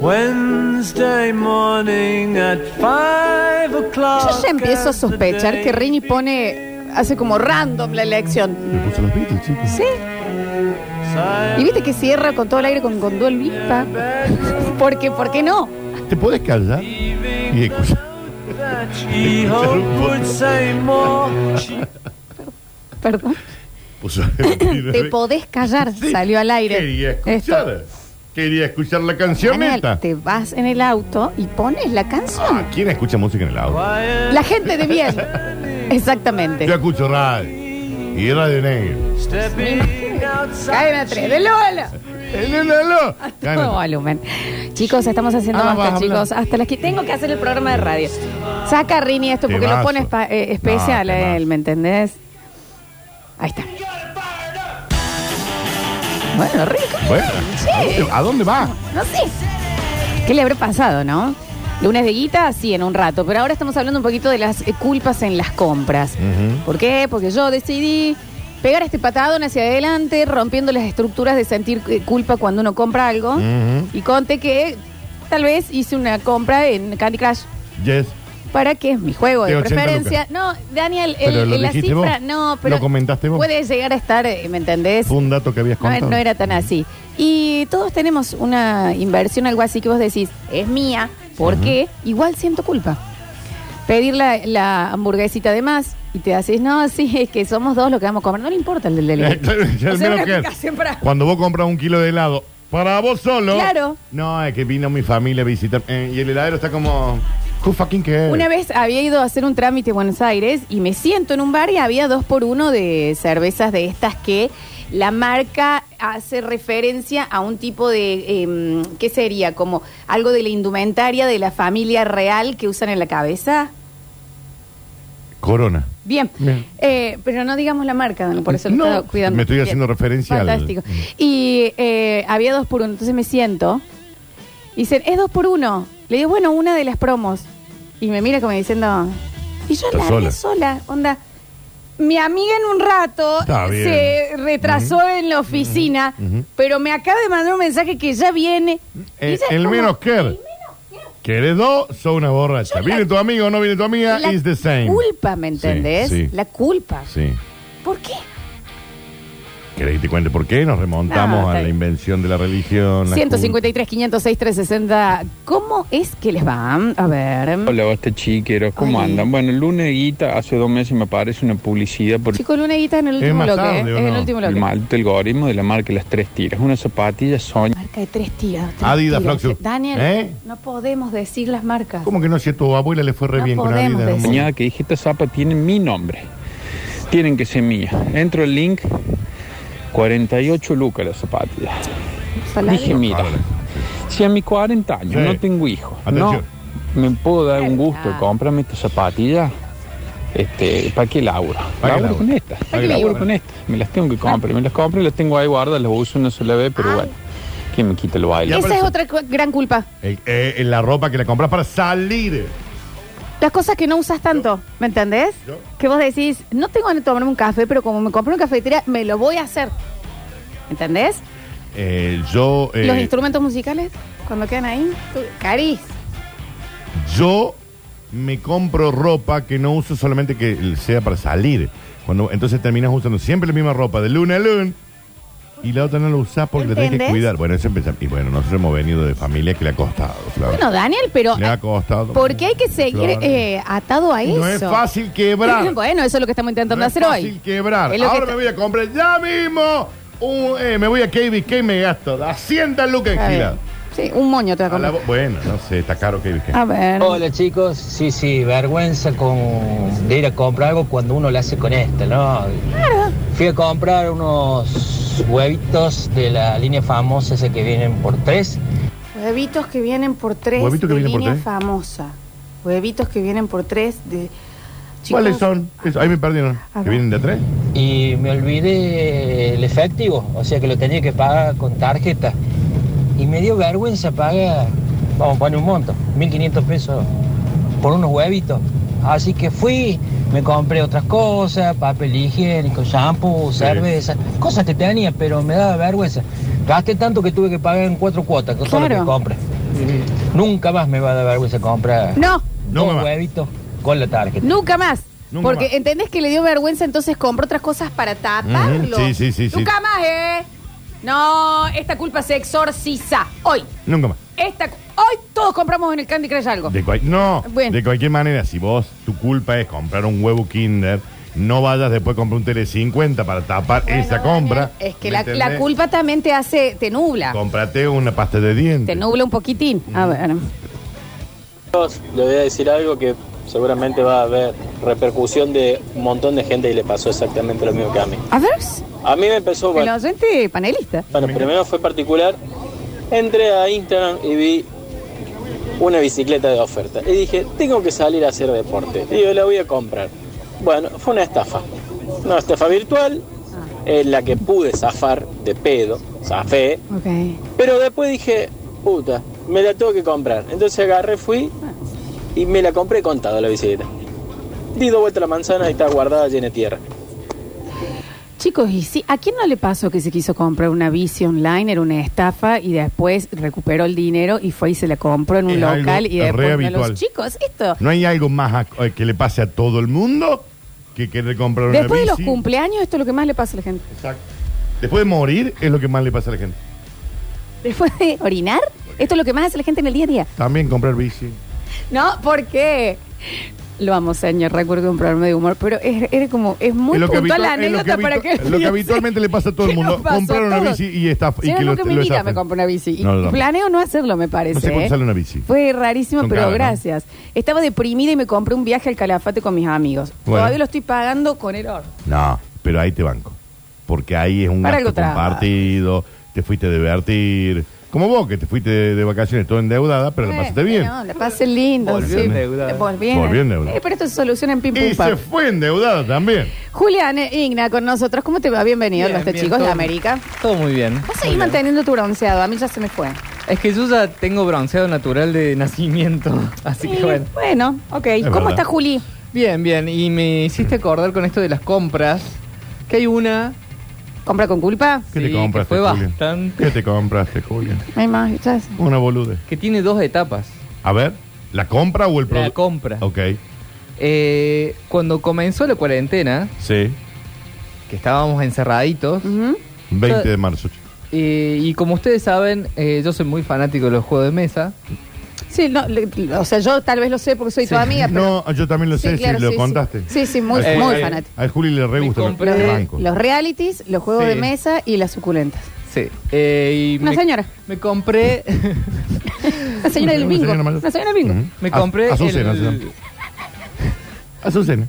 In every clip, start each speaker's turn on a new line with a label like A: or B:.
A: Wednesday morning at five o'clock.
B: Yo ya empiezo a sospechar que Rini pone, hace como random la elección.
C: Le puso los Beatles, chicos.
B: Sí. Y viste que cierra con todo el aire con, con Duel Vipa. Porque, ¿por qué no?
C: ¿Te puedes callar? Y escuchar.
B: Perdón.
C: Puso
B: Te podés callar,
C: Sí.
B: salió al aire.
C: Quería escuchar.
B: Esto.
C: Quería escuchar la
B: Daniel,
C: cancioneta.
B: te vas en el auto y pones la canción.
C: Ah, ¿Quién escucha música en el auto?
B: La gente de bien. Exactamente.
C: Yo escucho radio. Y radio negro.
B: Cadena 3 de Lola.
C: El Lolo.
B: Todo
C: Gana.
B: volumen. Chicos, estamos haciendo
C: Ah, vas a
B: basta,
C: hablar.
B: chicos. Hasta las que tengo que hacer el programa de radio. Saca Rini esto porque lo
C: Temazo.
B: pones pa- eh, especial
C: No,
B: a
C: temazo.
B: él, ¿me entendés? Ahí está. Bueno, rico.
C: Bueno,
B: Sí.
C: ¿a dónde va?
B: No sé. ¿Qué le habrá pasado, no? Lunes de guita, sí, en un rato. Pero ahora estamos hablando un poquito de las eh, culpas en las compras.
C: Ujú.
B: ¿Por qué? Porque yo decidí pegar este patadón hacia adelante, rompiendo las estructuras de sentir eh, culpa cuando uno compra algo.
C: Ujú.
B: Y conté que tal vez hice una compra en Candy Crush.
C: Yes.
B: ¿Para qué? Es mi juego de
C: De 80
B: preferencia.
C: lucas.
B: No, Daniel, el-
C: Pero lo
B: el- la
C: dijiste
B: cifra,
C: vos.
B: no, pero.
C: Lo comentaste vos.
B: Puede llegar a estar, eh, ¿me entendés?
C: Fue un dato que habías
B: No,
C: contado.
B: no era tan así. Y todos tenemos una inversión, algo así que vos decís, es mía, porque igual siento culpa. Pedir la, la hamburguesita de más y te decís, no, sí, es que somos dos los que vamos a comer. No le importa el del
C: Eh,
B: delivery.
C: claro, ya
B: O
C: es
B: sea,
C: menos
B: una
C: que él.
B: explicación para-
C: Cuando vos compras un kilo de helado para vos solo.
B: Claro.
C: No, es que vino mi familia a visitar. eh, y el heladero está como. Who fucking cares?
B: Una vez había ido a hacer un trámite a Buenos Aires y me siento en un bar y había dos por uno de cervezas de estas que la marca hace referencia a un tipo de, em, ¿qué sería? Como algo de la indumentaria de la familia real que usan en la cabeza.
C: Corona.
B: Bien,
C: Bien.
B: Eh, pero no digamos la marca, don, por eso lo
C: No,
B: estaba cuidando.
C: me estoy
B: Bien.
C: haciendo referencia al- Mm.
B: Fantástico. Y eh, había dos por uno, entonces me siento. Y dicen, es dos por uno. Le digo, bueno, una de las promos. Y me mira como diciendo, y yo
C: Estás
B: la hablé sola, onda. Mi amiga en un rato
C: Está bien.
B: se retrasó en la oficina,
C: ujú.
B: pero me acaba de mandar un mensaje que ya viene. Y
C: Eh,
B: ya
C: el
B: como,
C: menos que.
B: el menos que.
C: ¿Querés dos? Sos una borracha. ¿Viene tu amigo o no viene tu amiga?
B: La
C: It's the same.
B: culpa, ¿me entendés?
C: sí.
B: La culpa.
C: Sí.
B: ¿Por qué?
C: ¿Querés que te cuente por qué? Nos remontamos
B: No, está
C: a la
B: bien.
C: invención de la religión. la
B: 153, 506, 360. ¿Cómo es que les van? A ver.
D: Hola, basta chiqueros, ¿cómo
B: Hola.
D: andan? Bueno, el lunes Guita, hace dos meses me aparece una publicidad por
B: Chico, Luneguita en el
C: Es
B: último
C: más
B: bloque.
C: tarde,
B: ¿eh?
C: ¿o
B: Es en el
C: no?
B: último
D: el
B: bloque.
D: maldito algoritmo de la marca Las Tres Tiras. Una zapatilla soñada
B: Marca de tres tiras. tres
C: Adidas,
B: tiras.
C: Fluxus.
B: Daniel,
C: ¿Eh?
B: no podemos decir las marcas.
C: ¿Cómo que no? Si a tu abuela le fue re
B: No
C: bien con
B: podemos
C: Adidas.
B: decir.
C: ¿no?
D: que dije, esta zapa tiene mi nombre. Tienen que ser mía. Entro al link, 48 lucas la zapatilla.
B: Salario.
D: Dije, mira,
C: Ahora,
D: si a mis 40 años
C: Sí.
D: no tengo hijos,
C: Atención.
D: no me puedo dar un gusto
B: Ah.
D: de comprarme esta zapatilla, este, ¿para qué laburo?
C: ¿Pa' qué
D: Laburo
C: laburo?
D: con esta.
C: ¿Pa' qué
D: Laburo
C: laburo?
D: con esta. Me las tengo que comprar. Me las compro y las tengo ahí guardadas, las uso una sola vez, pero bueno, ¿quién me quita el baile?
C: Ya,
B: Esa
C: pero
B: es
C: eso-
B: otra cu- gran culpa.
C: El- eh, la ropa que la compras para salir.
B: Las cosas que no usas tanto, ¿me entendés?
C: Yo.
B: Que vos decís, no tengo ganas de tomarme un café, pero como me compré una cafetería, me lo voy a hacer. ¿Me entendés?
C: Eh, yo. eh,
B: Los instrumentos musicales, cuando quedan ahí, tú- Caris.
C: Yo me compro ropa que no uso solamente que sea para salir. Cuando, entonces terminas usando siempre la misma ropa de luna a luna y la otra no la usás porque la tenés que
B: ¿Entendés?
C: cuidar. Bueno, eso empezamos. Y bueno, nosotros hemos venido de familia que le ha costado, Flor.
B: Bueno, Daniel, pero.
C: le ha costado.
B: Porque hay que seguir
C: Flor.
B: eh, atado a eso.
C: No es fácil quebrar.
B: Bueno, eso es lo que estamos intentando
C: no es
B: hacer
C: fácil
B: hoy.
C: quebrar.
B: Es lo que
C: Ahora
B: está-
C: me voy a comprar ya mismo. un, eh, me voy a KBK y me gasto. Hacienda lucas en
B: A ver.
C: gilada.
B: Sí, un moño te va a
C: A la
B: comprar.
C: bo- Bueno, no sé, está caro KBK.
B: A ver.
E: Hola chicos, sí, sí, vergüenza con, de ir a comprar algo cuando uno lo hace con esto, ¿no? Fui a comprar unos huevitos de la línea famosa, esa que vienen por tres.
B: Huevitos que vienen por tres
C: Huevitos
B: de
C: que vienen por
B: línea
C: tres.
B: famosa. Huevitos que vienen por tres de.
C: ¿Cuáles
B: Chicos,
C: son? Eso, Ahí me perdieron.
B: A ver.
C: ¿Que vienen de a tres?
E: Y me olvidé el efectivo, o sea que lo tenía que pagar con tarjeta. Y me dio vergüenza pagar, vamos a poner un monto, 1.500 pesos por unos huevitos. Así que fui, me compré otras cosas, papel higiénico, shampoo, cerveza, cosas que tenía, pero me daba vergüenza. Gasté tanto que tuve que pagar en cuatro cuotas, que solo
B: Claro.
E: que compré. Nunca más me va a dar vergüenza comprar
B: No,
C: No me
E: dos
C: va.
E: huevitos con la tarjeta.
B: nunca más.
C: Nunca
B: Porque
C: más.
B: entendés que le dio vergüenza, entonces compró otras cosas para taparlo.
C: Ujú, sí, sí, sí, sí.
B: Nunca más, ¿eh? No, esta culpa se exorciza. Hoy,
C: Nunca más.
B: esta, cu- hoy todos compramos en el Candy Crush algo.
C: De cual- no,
B: Bueno.
C: de cualquier manera, si vos, tu culpa es comprar un huevo Kinder, no vayas después a comprar un Tele 50 para tapar esa compra.
B: eh, Es que
C: ¿Me
B: la,
C: entendés?
B: la culpa también te hace, te nubla.
C: Cómprate una pasta de dientes.
B: Te nubla un poquitín. A ver.
F: Le voy a decir algo que seguramente va a haber repercusión de un montón de gente y le pasó exactamente lo mismo que a mí.
B: A ver.
F: A mí me empezó,
B: El
F: bueno,
B: oyente panelista.
F: bueno, primero fue particular, entré a Instagram y vi una bicicleta de oferta y dije, tengo que salir a hacer deporte y yo la voy a comprar. Bueno, fue una estafa, una estafa virtual en la que pude zafar de pedo, zafé,
B: Ok.
F: pero después dije, puta, me la tengo que comprar. Entonces agarré, fui y me la compré contado la bicicleta. Di dos vueltas a la manzana y está guardada llena de tierra.
B: Chicos, ¿y sí? ¿a quién no le pasó que se quiso comprar una bici online, era una estafa, y después recuperó el dinero y fue y se la compró en un
C: Es algo
B: local y
C: re
B: después no los
C: habitual.
B: chicos? Esto.
C: ¿No hay algo más a- eh, que le pase a todo el mundo que querer comprar una
B: Después de los
C: bici?
B: cumpleaños, esto es lo que más le pasa a la gente.
C: Exacto. Después de morir es lo que más le pasa a la gente.
B: Después de orinar, esto es lo que más hace la gente en el día a día.
C: También comprar bici.
B: No, porque lo amo, señor. Recuerdo un programa de humor, pero es, era como, es muy
C: Es lo que
B: puntual la
C: habitu- es lo que
B: anécdota para
C: habitu-
B: que.
C: es lo que habitualmente le pasa a todo el
B: ¿Qué nos
C: mundo.
B: pasó a
C: Comprar una
B: todos?
C: bici y estaf- y
B: Señor,
C: que lo-
B: nunca mi
C: lo
B: hija me
C: estafen.
B: compró una bici. Y
C: No, no.
B: planeo no hacerlo, me parece.
C: No sé cuánto
B: ¿eh?
C: sale una bici.
B: Fue rarísimo,
C: Son
B: pero
C: caras, ¿no?
B: gracias. Estaba deprimida y me compré un viaje al calafate con mis amigos.
C: Bueno.
B: Todavía lo estoy pagando con error.
C: No, pero ahí te banco. Porque ahí es un
B: Para
C: gasto
B: algo trabaja.
C: compartido, te fuiste a divertir. Como vos, que te fuiste de, de vacaciones todo endeudada, pero la pasaste bien.
B: Eh, No, la pasé lindo.
C: Volvió
B: sí.
C: endeudada.
B: Volví.
C: Volvió endeudada.
B: Eh, pero esto se soluciona en pim
C: Y
B: pum pam.
C: se fue endeudada también.
B: Julián eh, Igna con nosotros. ¿Cómo te va? Bienvenido
G: Bien,
B: a los
G: bien,
B: chicos de
G: todo-
B: América.
G: Todo muy bien.
B: Vos
G: muy
B: seguís
G: bien.
B: manteniendo tu bronceado. A mí ya se me fue.
G: Es que yo ya tengo bronceado natural de nacimiento, así
B: Sí,
G: que bueno.
B: bueno, ok.
C: Es
B: ¿Cómo
C: verdad.
B: está Juli?
G: Bien, bien, y me hiciste acordar con esto de las compras, que hay una...
B: ¿Compra con culpa?
C: ¿Qué
G: Sí,
C: te
G: que
C: compraste,
G: fue
C: Julián?
G: bastante.
C: ¿Qué te compraste, Julián?
B: No hay más. ya es-
C: Una bolude.
G: que tiene dos etapas.
C: A ver, ¿la compra o el
G: La
C: producto?
G: compra.
C: Ok,
G: Eh, cuando comenzó la cuarentena,
C: sí.
G: que estábamos encerraditos,
B: Ujú.
C: 20 de marzo.
G: eh, y como ustedes saben, eh, yo soy muy fanático de los juegos de mesa.
B: Sí, no, le- le- o sea, yo tal vez lo sé porque soy tu amiga, pero...
C: No, yo también lo
B: Sí,
C: sé, si
B: claro,
C: lo
B: sí, sí.
C: contaste.
B: Sí, sí, muy,
G: Eh,
B: muy
G: eh,
B: fanático.
C: A Juli le re
G: Me
C: gusta
G: compré-
C: los
G: Los-
C: bancos.
B: Los realities, los juegos
G: Sí.
B: de mesa y las suculentas.
G: Sí. eh, y
B: Una
G: me-
B: señora.
G: Me compré...
B: La señora del
C: Una
B: bingo.
C: señora mayor.
B: La señora del bingo.
C: Ujú.
G: me
C: A-
G: compré...
C: Azucena,
G: el-
C: se llama. Azucena.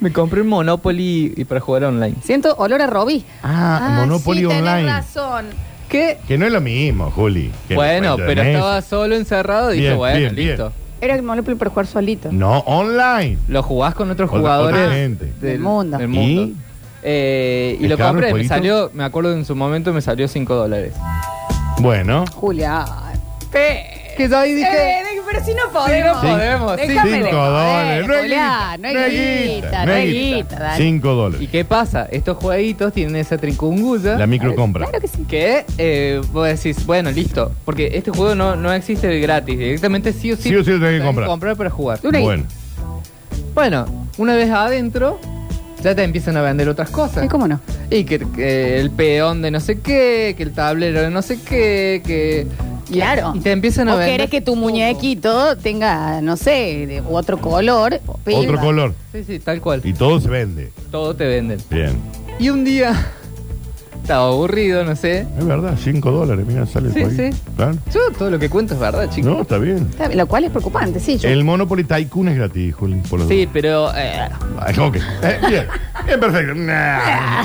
G: me compré un Monopoly y para jugar online.
B: Siento olor a Robbie.
C: Ah, Monopoly
B: sí, tenés
C: Online.
B: razón.
G: Que
C: Que no es lo mismo, Juli. que
G: Bueno,
C: el juego de
G: pero
C: mesa.
G: estaba solo encerrado y dije,
C: Bien,
G: bueno,
C: bien, bien.
G: listo.
B: Era el Monopoly para jugar solito.
C: No, online.
G: Lo jugás con otros
C: Otra-
G: jugadores
C: otra gente.
B: Del mundo.
G: del
C: ¿Y?
G: mundo. Eh, ¿Y?
C: ¿Es
G: lo
C: caro el
G: compré, me
C: jueguito?
G: salió, me acuerdo en su momento me salió 5 dólares.
C: Bueno.
B: Julia. Pe-
G: Que yo ahí
B: Eh,
G: dije,
B: de- pero si no podemos.
G: Sí, no podemos, sí.
B: Déjame de
C: Cinco
B: joder,
C: dólares. No hay
B: Julia,
C: guita.
B: No hay guita, no hay guita. dale.
C: Cinco
G: ¿y
C: dólares.
G: qué pasa? Estos jueguitos tienen esa trincungulla
C: La microcompra.
B: Claro que sí.
G: que eh, vos decís, bueno, listo, porque este juego no, no existe de gratis, directamente sí o sí,
C: Sí o sí lo tenés que
G: tenés
C: comprar.
G: para jugar.
B: Una guita.
C: Bueno.
G: Bueno, una vez adentro, ya te empiezan a vender otras cosas.
B: Sí, ¿Cómo no?
G: Y que, que el peón de no sé qué, que el tablero de no sé qué, que...
B: Claro.
G: Y te empiezan a
B: O
G: vender...
B: querés que tu muñequito tenga, no sé, de otro color.
C: Otro
B: Piba.
C: color.
G: Sí, sí, tal cual.
C: Y todo se vende.
G: Todo te venden.
C: Bien.
G: Y un día, estaba aburrido, no sé.
C: Es verdad, cinco dólares. Mira, sale el
G: Sí,
C: jueguito.
G: sí.
C: Claro.
G: Yo todo lo que cuento es verdad, chicos.
C: No, está bien.
B: Está bien, Lo cual es preocupante, sí. Yo.
C: El Monopoly Tycoon es gratis, Juli. por las
G: Sí,
C: dudas.
G: pero... eh,
C: Ah, ok. Eh, bien. Bien, perfecto. Nah.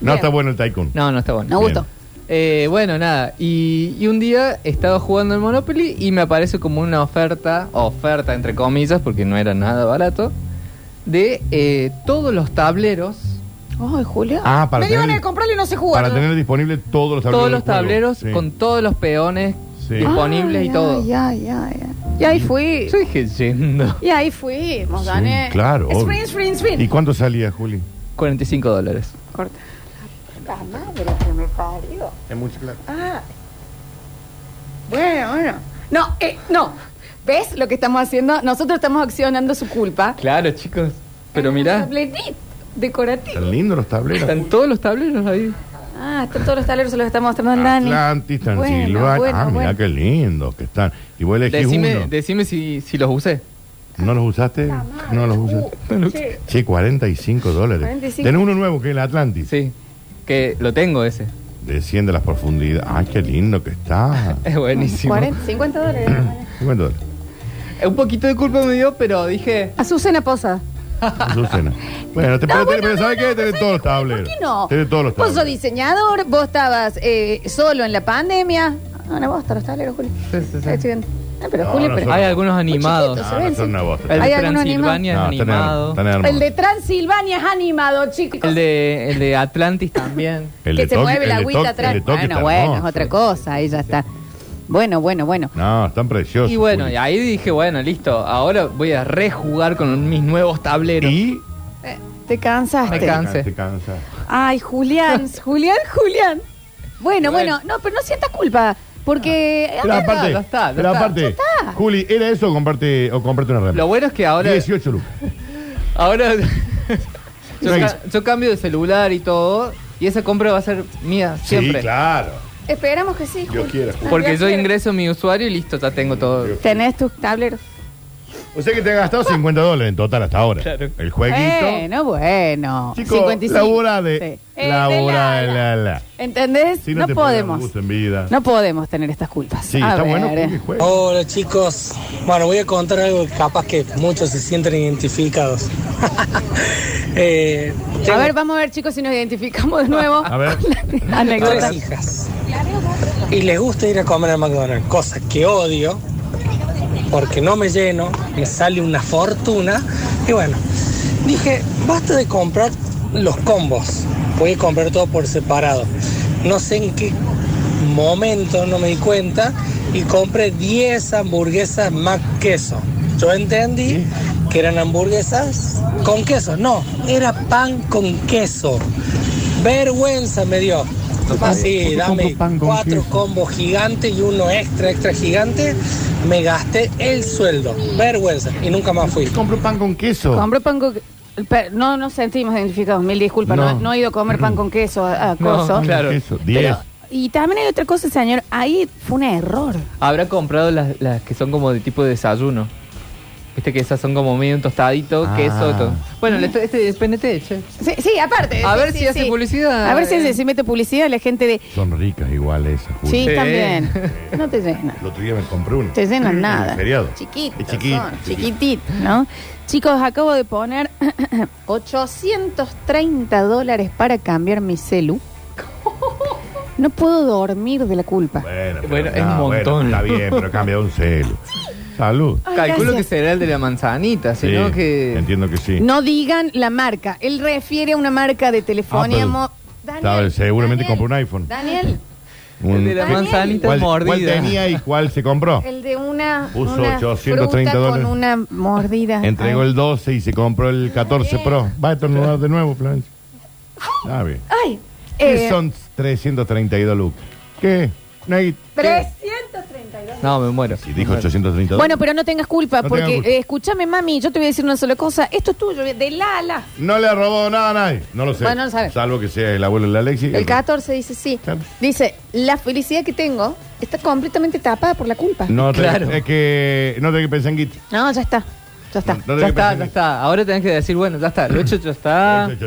C: No está bueno el Tycoon.
G: no, no está
B: No
G: bueno.
C: Bien.
B: gustó.
G: Eh, bueno, nada. Y, y un día estaba jugando el Monopoly y me aparece como una oferta, oferta entre comillas, porque no era nada barato, de eh, todos los tableros
B: Ay, Julia.
C: Ah,
B: Me
C: para
B: dio
C: tener-
B: ganas de comprarlo y no sé jugar.
C: Para tener disponible todos los tableros.
G: todos
C: del
G: los
C: juego.
G: tableros
C: Sí.
G: con todos los peones
C: Sí.
G: disponibles
B: Ay,
G: y todo.
B: Ay, ay, ay, ay. Y ahí fui.
G: Yo dije yendo.
B: Y ahí fuimos,
C: Sí,
B: gané.
C: claro, obvio.
B: Sprint, sprint, sprint.
C: ¿Y cuánto salía, Juli?
G: 45 dólares.
B: Corta. La puta madre que me parió.
C: Es mucho claro.
B: Ah. Bueno, bueno. No, eh, no. ¿Ves lo que estamos haciendo? Nosotros estamos accionando su culpa.
G: Claro, chicos. Pero mirá,
B: Tablerito decorativo.
C: Están lindos los tableros.
G: están todos los tableros ahí.
B: Ah, están todos los taleros, se los estamos mostrando al Dani.
C: Atlantis,
B: Bueno,
C: Transilvania.
B: bueno,
C: ah, mirá
B: bueno.
C: qué lindos que están. Y vos elegís
G: Decime,
C: uno.
G: decime si, si los usé.
C: ¿No los usaste? No
B: uh,
C: los usaste. Che, 45 dólares.
B: 45.
C: Tenés uno nuevo que es el Atlantis.
G: Sí. Que lo tengo ese.
C: Desciende a las profundidades. Ay, qué lindo que está.
G: Es buenísimo.
B: 40, 50 dólares.
C: 50 dólares.
G: Un poquito de culpa me dio, pero dije.
B: Azucena Posada.
C: Azucena. Bueno, te, pero,
B: No, bueno,
C: pero
B: no,
C: ¿sabes
B: no,
C: qué?
B: no,
C: Tenés
B: no,
C: todos los
B: ¿Por
C: tableros.
B: qué no?
C: Tenés todos los
B: Vos sos
C: tableros.
B: diseñador, vos estabas eh, solo en la pandemia. Ah, una bosta los tableros, Juli.
G: Sí, sí, sí.
B: Ahí estoy viendo. Ah, pero
C: No,
B: Juli,
C: no
B: pero...
C: son-
G: Hay algunos animados.
B: chiquitos,
C: No,
B: se
C: no
B: ven,
C: son
B: sí.
C: una bosta.
G: El de
B: ¿Hay algunos
G: Transilvania es animado.
B: El de Transilvania es animado, chicos.
G: El de, el de Atlantis también.
B: que se mueve la agüita atrás. Bueno, bueno, es otra cosa, ahí ya está. Bueno, bueno, bueno.
C: No, están preciosos.
G: Y bueno,
C: Juli.
G: y ahí dije, bueno, listo, ahora voy a rejugar con mis nuevos tableros.
C: Y
B: Te cansaste.
G: Me canso. Cansé.
C: te cansas.
B: Ay, Julián, Julián, Julián. Bueno, bueno, no, pero no sientas culpa, porque... a
C: Ah. Pero
B: ver,
C: aparte,
G: ya está, ya
C: pero
G: está.
C: aparte, Juli, ¿era eso o comprarte, o comprarte una remera?
G: Lo bueno es que ahora...
C: 18 lucas.
G: Ahora... yo,
C: Tranqui.
G: ca- yo cambio de celular y todo, y esa compra va a ser mía siempre.
C: Sí, claro.
B: Esperamos que sí.
C: Dios
B: Juli.
C: quiera. Juli.
G: Porque
B: Dios
G: yo
B: quiera.
G: ingreso mi usuario y listo, ya tengo todo.
B: Tenés tus tableros.
C: O sea que te has gastado 50 dólares en total hasta ahora.
G: Claro.
C: El jueguito.
B: Bueno, bueno.
C: Chicos, labura de...
B: Sí.
C: Labura
B: Eh,
C: de
B: de
C: la la.
B: ¿Entendés?
C: Si no,
B: no
C: te
B: podemos.
C: podemos. gusto en vida.
B: No podemos tener estas culpas.
C: Sí,
B: A
C: está
B: ver.
C: bueno Juli, juega.
E: Hola chicos, bueno voy a contar algo que capaz que muchos se sienten identificados. Eh,
B: A ver, vamos a ver, chicos, si nos identificamos de nuevo.
C: A ver.
B: Anécdota.
E: tres hijas y les gusta ir a comer a McDonald's, cosa que odio porque no me lleno, me sale una fortuna y bueno, dije basta de comprar los combos, voy a comprar todo por separado. No sé en qué momento no me di cuenta y compré 10 hamburguesas más queso. Yo entendí que eran hamburguesas con queso, no, era pan con queso. Vergüenza me dio.
C: ¿por
E: Así,
C: qué
E: dame
C: compro pan con
E: cuatro
C: queso?
E: combo gigante y uno extra, extra gigante, me gasté el sueldo. Vergüenza. Y nunca más fui.
C: Compro pan con queso.
B: Compré pan con... pero No nos sentimos identificados, mil disculpas. No.
C: No.
B: no he ido a comer pan con queso a, a
G: No,
B: coso.
C: Pan con
G: claro.
C: queso.
B: Pero-
C: 10.
B: y también hay otra cosa, señor. Ahí fue un error.
G: Habrá comprado las, las que son como de tipo de desayuno. Viste que esas son como medio un tostadito,
C: Ah.
G: queso, todo. Bueno, le- este es PNT, che.
B: Sí, sí, aparte.
G: A
B: sí,
G: ver
B: sí,
G: si hace
B: sí.
G: publicidad.
B: A ver si,
G: Eh.
B: si mete publicidad la gente de...
C: Son ricas igual esas, Juli.
B: Sí,
G: Sí.
B: también. No te llena.
C: El otro día me compré una.
B: Te llenan
C: Mm,
B: nada.
C: en Feriado.
B: Chiquito.
C: Es chiquito, chiquito.
B: chiquitito, ¿no? Chicos, acabo de poner 830 dólares para cambiar mi celu. No puedo dormir de la culpa.
C: Bueno, pero
G: Bueno, es
C: no,
G: un montón.
C: está bien, pero cambia un celo. Salud.
B: Ay,
G: Calculo
B: gracias.
G: que será el de la manzanita,
C: Sí,
G: sino que...
C: Entiendo que sí.
B: No digan la marca. Él refiere a una marca de telefonía.
C: Ah, pero-
B: mo-
C: Estaba- seguramente compró un iPhone.
B: Daniel,
C: Un-
G: El de la
B: Daniel.
G: manzanita
C: ¿Cuál, cuál
G: mordida.
C: tenía y cuál se compró?
B: el de una,
C: Puso
B: una
C: 830
B: fruta
C: dólares.
B: con una mordida.
C: Entregó
B: Ay.
C: el 12 y se compró el 14 Pro. Va a estornudar de nuevo, Florencia. Está bien.
B: Ay,
C: ¿Qué
B: Ah. eh,
C: son 332 lucas? ¿Qué? No hay...
B: tres.
G: No, me muero.
C: Si dijo
G: Me muero.
C: 832.
B: Bueno, pero no tengas culpa,
C: No
B: porque
C: tengas culpa.
B: eh, escúchame, mami, yo te voy a decir una sola cosa. Esto es tuyo, de Lala.
C: No le robó nada a nadie. No lo sé.
B: Bueno, no lo sabe.
C: Salvo que sea el abuelo de la Alexi.
B: El 14 dice sí.
C: Claro.
B: Dice, la felicidad que tengo está completamente tapada por la culpa. No,
C: No, te-
G: Claro.
C: es que no tenés que pensar en guita.
B: ya está. Ya está.
C: No, no
G: Ya
C: tenés que
G: está,
C: pensar
G: ya
C: en
G: está. Ahora tenés que decir, bueno, ya está. Lo hecho, ya
H: Ah.
G: está.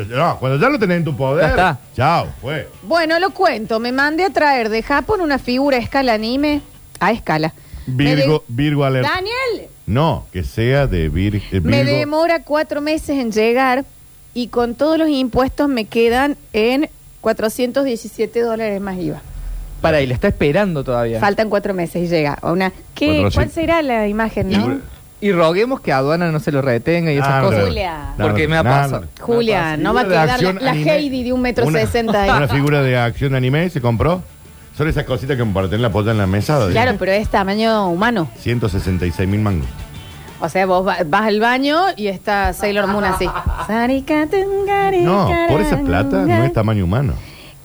C: guita. No, cuando ya lo tenés en tu poder.
G: Ya está.
C: Chao, fue.
B: Bueno, lo cuento. Me mandé a traer de Japón una figura a escala anime. A escala. Me
C: Virgo,
B: de-
C: Virgo alerta.
B: Daniel,
C: No, que sea de vir, eh, Virgo.
B: me demora cuatro meses en llegar y con todos los impuestos me quedan en 417 dólares más IVA.
G: Para, y le está esperando todavía.
B: Faltan cuatro meses y llega. a Una, ¿qué,
C: Cuatro,
B: ¿Cuál
C: sí.
B: será la imagen, no?
C: Virgo-
G: Y roguemos que aduana no se lo retenga y esas
C: Ah, no,
G: cosas.
B: Julia.
C: no,
G: Porque
C: no,
G: me ha
C: no,
G: pasado.
C: no.
B: Julia, no va a
C: Figura de
B: quedar la,
C: acción
B: la
C: anime.
B: Heidi de un metro
C: Una-
B: sesenta. ahí.
C: Una figura de acción anime se compró. Son esas cositas que para tener la polla en la mesa. ¿verdad?
B: Claro, pero es tamaño humano.
C: 166 mil mangos.
B: O sea, vos va- vas al baño y está Sailor Moon así.
C: No, por esa plata no es tamaño humano.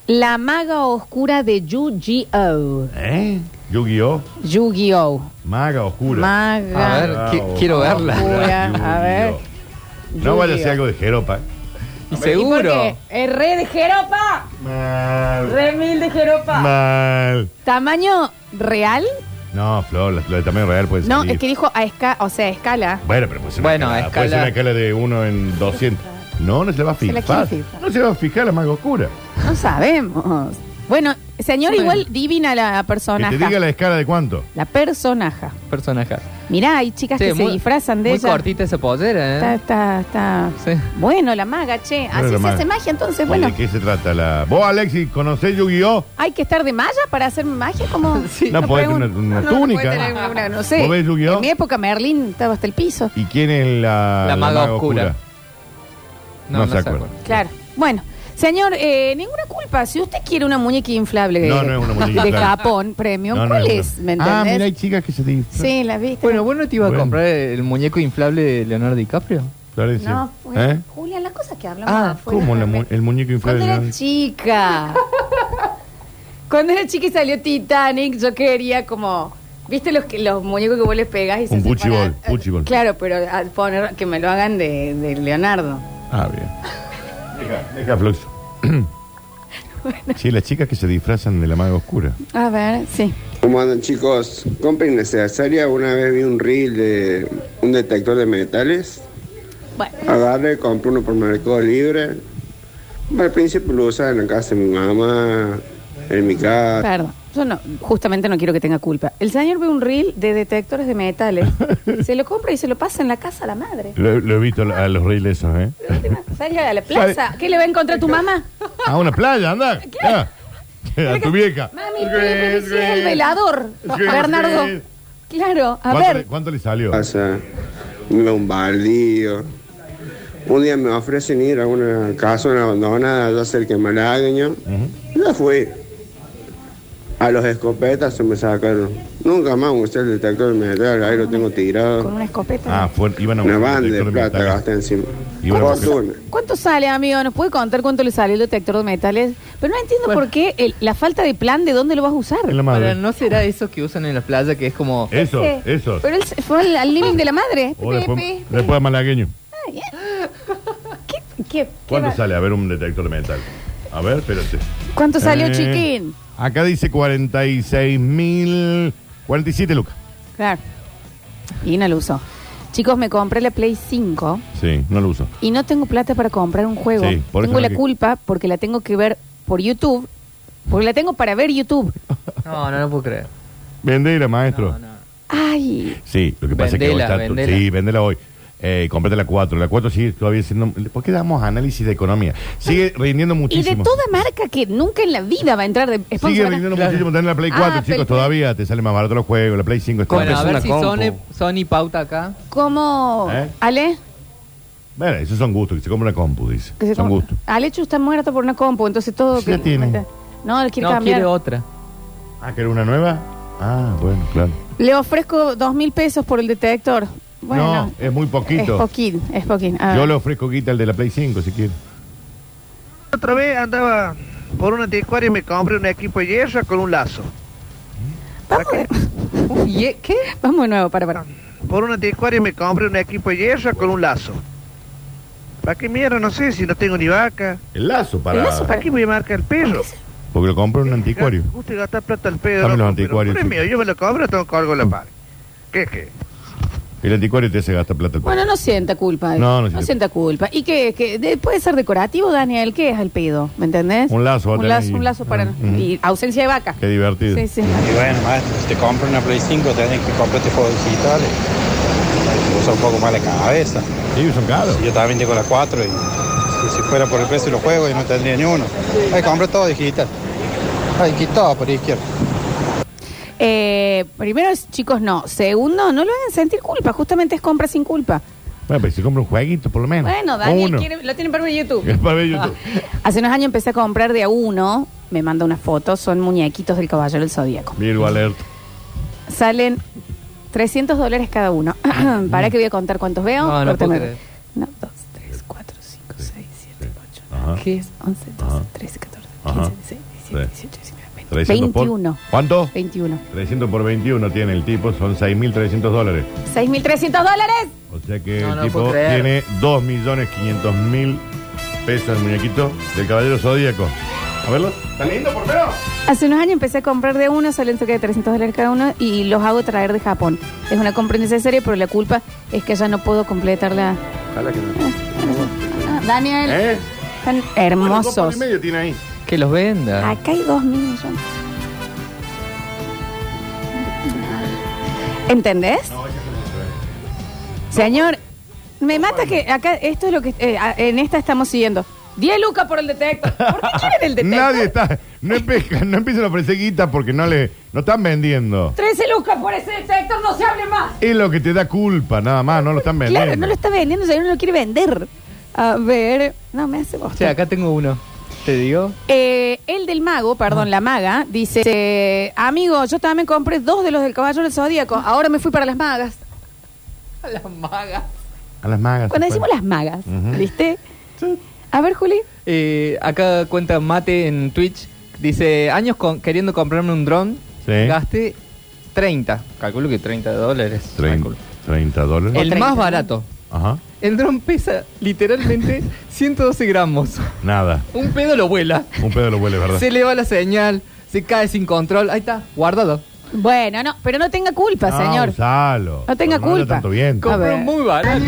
B: La maga oscura de Yu-Gi-Oh!
C: ¿Eh? Yu-Gi-Oh!
B: Yu-Gi-Oh!
C: Maga oscura.
H: A ver,
B: Maga.
C: Ah,
H: qui-
C: oh.
H: quiero verla.
B: Oscura,
C: Yu-Gi-Oh.
B: a ver.
C: No vaya a ser
B: Yu-Gi-Oh.
C: algo de Jeropa.
H: Y
B: ¿Y por qué?
H: seguro.
B: Es re de jeropa.
C: Mal.
B: Re mil de jeropa.
C: Mal.
B: ¿Tamaño real?
C: No, Flor, la- lo de tamaño real puede ser.
B: No, es que dijo a escala, o sea, a escala.
C: Bueno, pero puede ser,
H: Bueno,
C: una,
H: a
C: escala, puede ser
H: escala-
C: una escala de 1 en 200. No, no se le va a
B: Se la
C: fijar.
B: quiere fijar.
C: No se va a fijar la maga oscura.
B: No sabemos. Bueno, señor, igual divina la
C: Que te
B: personaja.
C: diga la escala de cuánto.
B: La personaja.
H: Personaje.
B: Mirá, hay chicas
H: Sí,
B: que se
H: muy-
B: disfrazan de
H: Muy
B: ella.
H: cortita esa pollera,
B: Está,
H: ¿eh?
B: está, está.
H: Sí.
B: Bueno, la maga, che.
C: la
B: Así se
C: maga.
B: hace magia, entonces,
C: ¿Y
B: bueno.
C: ¿De qué se trata la.? ¿Vos, Alexis, conocés Yu-Gi-Oh?
B: ¿Hay que estar de malla para hacer magia? como
H: Sí.
C: No, podés
B: pregunto.
C: tener una
B: No,
C: túnica.
B: No, podés tener una, no sé.
C: ¿Vos ves Yu-Gi-Oh?
B: En mi época, Merlín estaba hasta el piso.
C: ¿Y quién es la,
H: La maga oscura?
C: No, se acuerda.
B: Claro. Bueno, señor, eh, ninguna culpa. Si usted quiere una muñeca inflable
C: No, no es una muñeca
B: de
C: inflable.
B: Japón, premium,
C: No, no
B: ¿cuál
C: es una.
B: es? ¿Me
C: Ah, mira, hay
B: entendés?
C: chicas que se disfrazan.
B: sí, la viste.
H: Bueno, ¿vos no te ibas a
C: Bueno.
H: comprar el muñeco inflable de Leonardo DiCaprio?
C: Florencia.
B: no, bueno,
C: ¿Eh?
B: Julia, las cosas que hablamos
H: Ah,
B: afuera.
C: ¿Cómo la mu- el muñeco
B: Cuando
C: inflable?
B: era chica. Cuando era chica y salió Titanic, yo quería como. ¿Viste los, que- los muñecos que vos les pegás y se
C: Un
B: separan?
C: puchibol, puchibol.
B: Claro, pero a poner que me lo hagan de, de Leonardo.
C: Ah, bien. Deja, deja Flux. Sí, las chicas que se disfrazan de la maga oscura.
B: A ver, sí.
I: ¿Cómo andan chicos? Compra innecesaria, una vez vi un reel de un detector de metales.
B: Bueno,
I: Agarré, compré uno por Mercado Libre. Al principio lo usaba en la casa de mi mamá, en mi casa.
B: perdón. Yo no, justamente no quiero que tenga culpa. El señor ve un reel de detectores de metales. se lo compra y se lo pasa en la casa a la madre.
C: Lo, lo he visto a los reels esos, ¿eh?
B: Sale a la plaza. ¿Qué le va a encontrar tu mamá?
C: A una playa, anda. Ya. A tu vieja.
B: Mami, ¿qué es el velador?
C: Green,
B: Bernardo.
C: green.
B: Claro, a
C: ¿Cuánto, le,
B: ver.
C: cuánto le salió?
I: casa, iba a un baldío. Un día me ofrecen ir a una casa una abandonada, yo cerca de Malagueño. Ya fui. A los escopetas se me sacaron. Nunca más usé el detector de metal, ahí lo tengo
B: Con
I: tirado.
B: una escopeta.
C: Ah, fue, iban a
I: Una
C: buscar
I: banda de
C: detector
I: plata
C: metal.
I: gasté encima.
C: Y bueno,
I: Fortuna.
B: ¿Cuánto sale, amigo? ¿Nos puede contar cuánto le sale el detector de metales? Pero no entiendo por qué el- la falta de plan de dónde lo vas a usar.
C: Es la
H: Ahora,
C: madre. Eh.
H: ¿no será eso que usan en la playa que es como...
C: Eso,
B: Sí.
C: eso.
B: Pero él se fue al, al living de la madre.
C: O
B: Pepe,
C: después, después a malagueño.
B: ¿Qué, qué-
C: ¿Cuánto
B: qué va-
C: sale? A ver, un detector de metal. A ver, espérate.
B: ¿Cuánto salió,
C: Eh,
B: chiquín?
C: Acá dice 46 mil... 47 lucas.
B: Claro. Y no lo usó. Chicos, me compré la Play 5
C: Sí, no lo uso.
B: y no tengo plata para comprar un juego.
C: Sí, por eso
B: tengo
C: no
B: la
C: que-
B: culpa porque la tengo que ver por YouTube. Porque la tengo para ver YouTube.
H: No, no lo puedo creer.
C: Vendela, maestro.
H: No, no.
B: Ay.
C: Sí, lo que pasa
H: Vendela,
C: es que hoy está-
H: vendela.
C: Sí, vendela hoy. Eh, cómprate la 4. La 4 sigue todavía siendo... ¿Por qué damos análisis de economía? Sigue rindiendo muchísimo.
B: Y de toda marca que nunca en la vida va a entrar de
C: Sigue
B: sponsor.
C: rindiendo
H: Claro.
C: muchísimo tener la Play
B: Ah,
C: 4, chicos,
B: pero-
C: todavía te sale más barato los juegos, la Play 5 está
H: Bueno, a
C: bueno,
H: ver
J: una
H: si
J: compu.
H: Sony, Sony pauta acá.
B: ¿Cómo?
C: ¿Eh?
B: Ale.
C: bueno, esos son gustos, que se compra una compu, dice.
B: Que se
C: son
B: com-
C: gustos.
B: Alechu está muerto por una compu, entonces todo.
C: Sí, la tiene.
B: No, él quiere
H: no,
B: cambiar.
H: quiere otra.
C: Ah, ¿querés una nueva? Ah, bueno, claro.
B: Le ofrezco dos mil pesos por el detector. Bueno,
C: no, es muy
B: es
C: poquito.
B: poquín, es poquín. A
C: Yo
B: ver.
C: le ofrezco guita al de la Play 5, si quiere.
K: Otra vez andaba por una anticuaria y me compré un equipo de hierro con un lazo.
B: Vamos, de...
H: ¿Y qué?
B: Vamos de nuevo, para, para.
K: Por una anticuaria me compré un equipo de hierro con un lazo. ¿Para qué mierda? No sé si no tengo ni vaca.
C: El lazo para.
B: El lazo para-
K: ¿Para qué voy a marcar el perro?
C: Porque lo compró en un anticuario.
K: Me gusta gastar plata al perro.
C: Dame los
K: pero-
C: anticuarios,
K: pero es
C: chico.
K: mío, yo me lo compro, tengo que algo en la paga. ¿Qué es que?
C: El anticuario te hace gastar plata al
B: Bueno, no sienta culpa. eh.
C: No, no
B: no
C: sienta-
B: sienta culpa. ¿Y qué? qué? De- ¿Puede ser decorativo, Daniel? ¿Qué es el pedo? ¿Me entendés?
C: Un lazo va a
B: Un
C: tener
B: lazo,
C: ahí.
B: un lazo para.
C: Ujú.
B: Y ausencia de vaca.
C: Qué divertido.
B: Sí, sí.
J: Y bueno, maestro, si te compras una Play 5, tenés que comprarte juegos digitales. Usa un poco más la cabeza.
C: Sí, son caros.
J: Yo también tengo la 4 y, y si fuera por el precio de los juegos, yo no tendría ni uno. Ay, compra todo digital. Ay, quitado por izquierda.
B: Eh, primero, es, chicos, no. Segundo, no lo hagan sentir culpa. Justamente es compra sin culpa.
C: Bueno, pero si compra un jueguito, por lo menos.
B: Bueno,
C: O
B: Daniel
C: uno.
B: quiere- lo tiene para ver YouTube.
C: Es para ver YouTube.
B: Hace unos años empecé a comprar de a uno. me manda una foto, son muñequitos del Caballero del Zodíaco.
C: Virgo alert.
B: Salen 300 dólares cada uno. ¿Para que voy a contar cuántos veo?
H: No, no
B: Porque
H: puedo
B: me-
H: creer.
B: Uno, dos, tres, cuatro, cinco, seis, siete, ocho,
C: Ajá.
B: nueve, diez, once, doce, trece, catorce,
C: Ajá.
B: quince, dieciséis, diecisiete, dieciocho, diecinueve, veinte.
C: 300 por-
B: Veintiuno.
C: ¿Cuánto?
B: 21.
C: 300 por 21 tiene el tipo, son 6.300 dólares.
B: ¿6.300 dólares?
C: O sea que
H: No,
C: el
H: no
C: tipo
H: puedo creer.
C: tiene 2.500.000 pesos el muñequito del caballero zodíaco. A verlo. ¿Está lindo por menos?
B: Hace unos años empecé a comprar de uno, salen cerca de 300 dólares cada uno y los hago traer de Japón. Es una compra necesaria, pero la culpa es que ya no puedo completarla.
I: Ojalá que no.
B: Ah, Daniel,
C: ¿Eh?
B: tan
C: Bueno, dos por
B: hermosos.
C: y medio tiene ahí.
H: Que los venda.
B: Acá hay dos mil millones. ¿Entendés? Señor, me mata que acá esto es lo que eh, a- en esta estamos siguiendo. 10 lucas por el detector. ¿Por qué quieren el detector?
C: Nadie está. No, empiezan, no empiezan a ofrecer guita porque no le. No están vendiendo.
B: 13 lucas por ese detector, no se hable más.
C: Es lo que te da culpa, nada más, no lo están vendiendo.
B: Claro, no lo está vendiendo, señor, no lo quiere vender. A ver, no me hace
H: O sea,
B: bosta.
H: acá tengo uno. Te digo.
B: Eh, el del mago, perdón, la maga, dice, eh, amigo, yo también compré dos de los del caballo del zodíaco, ahora me fui para las magas.
H: Las magas.
C: A las magas. pues.
B: Cuando
C: se
B: decimos
C: puede.
B: las magas,
C: Ujú.
B: ¿viste? A ver, Juli.
H: Eh, acá cuenta Mate en Twitch. Dice, años con- queriendo comprarme un dron.
C: Sí.
H: Gasté 30. Calculo que 30 dólares.
C: Trein-
H: calculo.
C: 30 dólares.
H: El
B: 30.
H: más barato.
C: Ajá.
H: El dron pesa literalmente 112 gramos.
C: Nada.
H: Un pedo lo vuela.
C: Un pedo lo huele, ¿verdad?
H: Se le va la señal. Se cae sin control. Ahí está, guardado.
B: Bueno, no, pero no tenga culpa,
C: No,
B: señor.
C: Ah, usalo.
B: No tenga
C: vale
B: culpa.
C: tanto viento.
B: A ver.
H: Compró muy barato.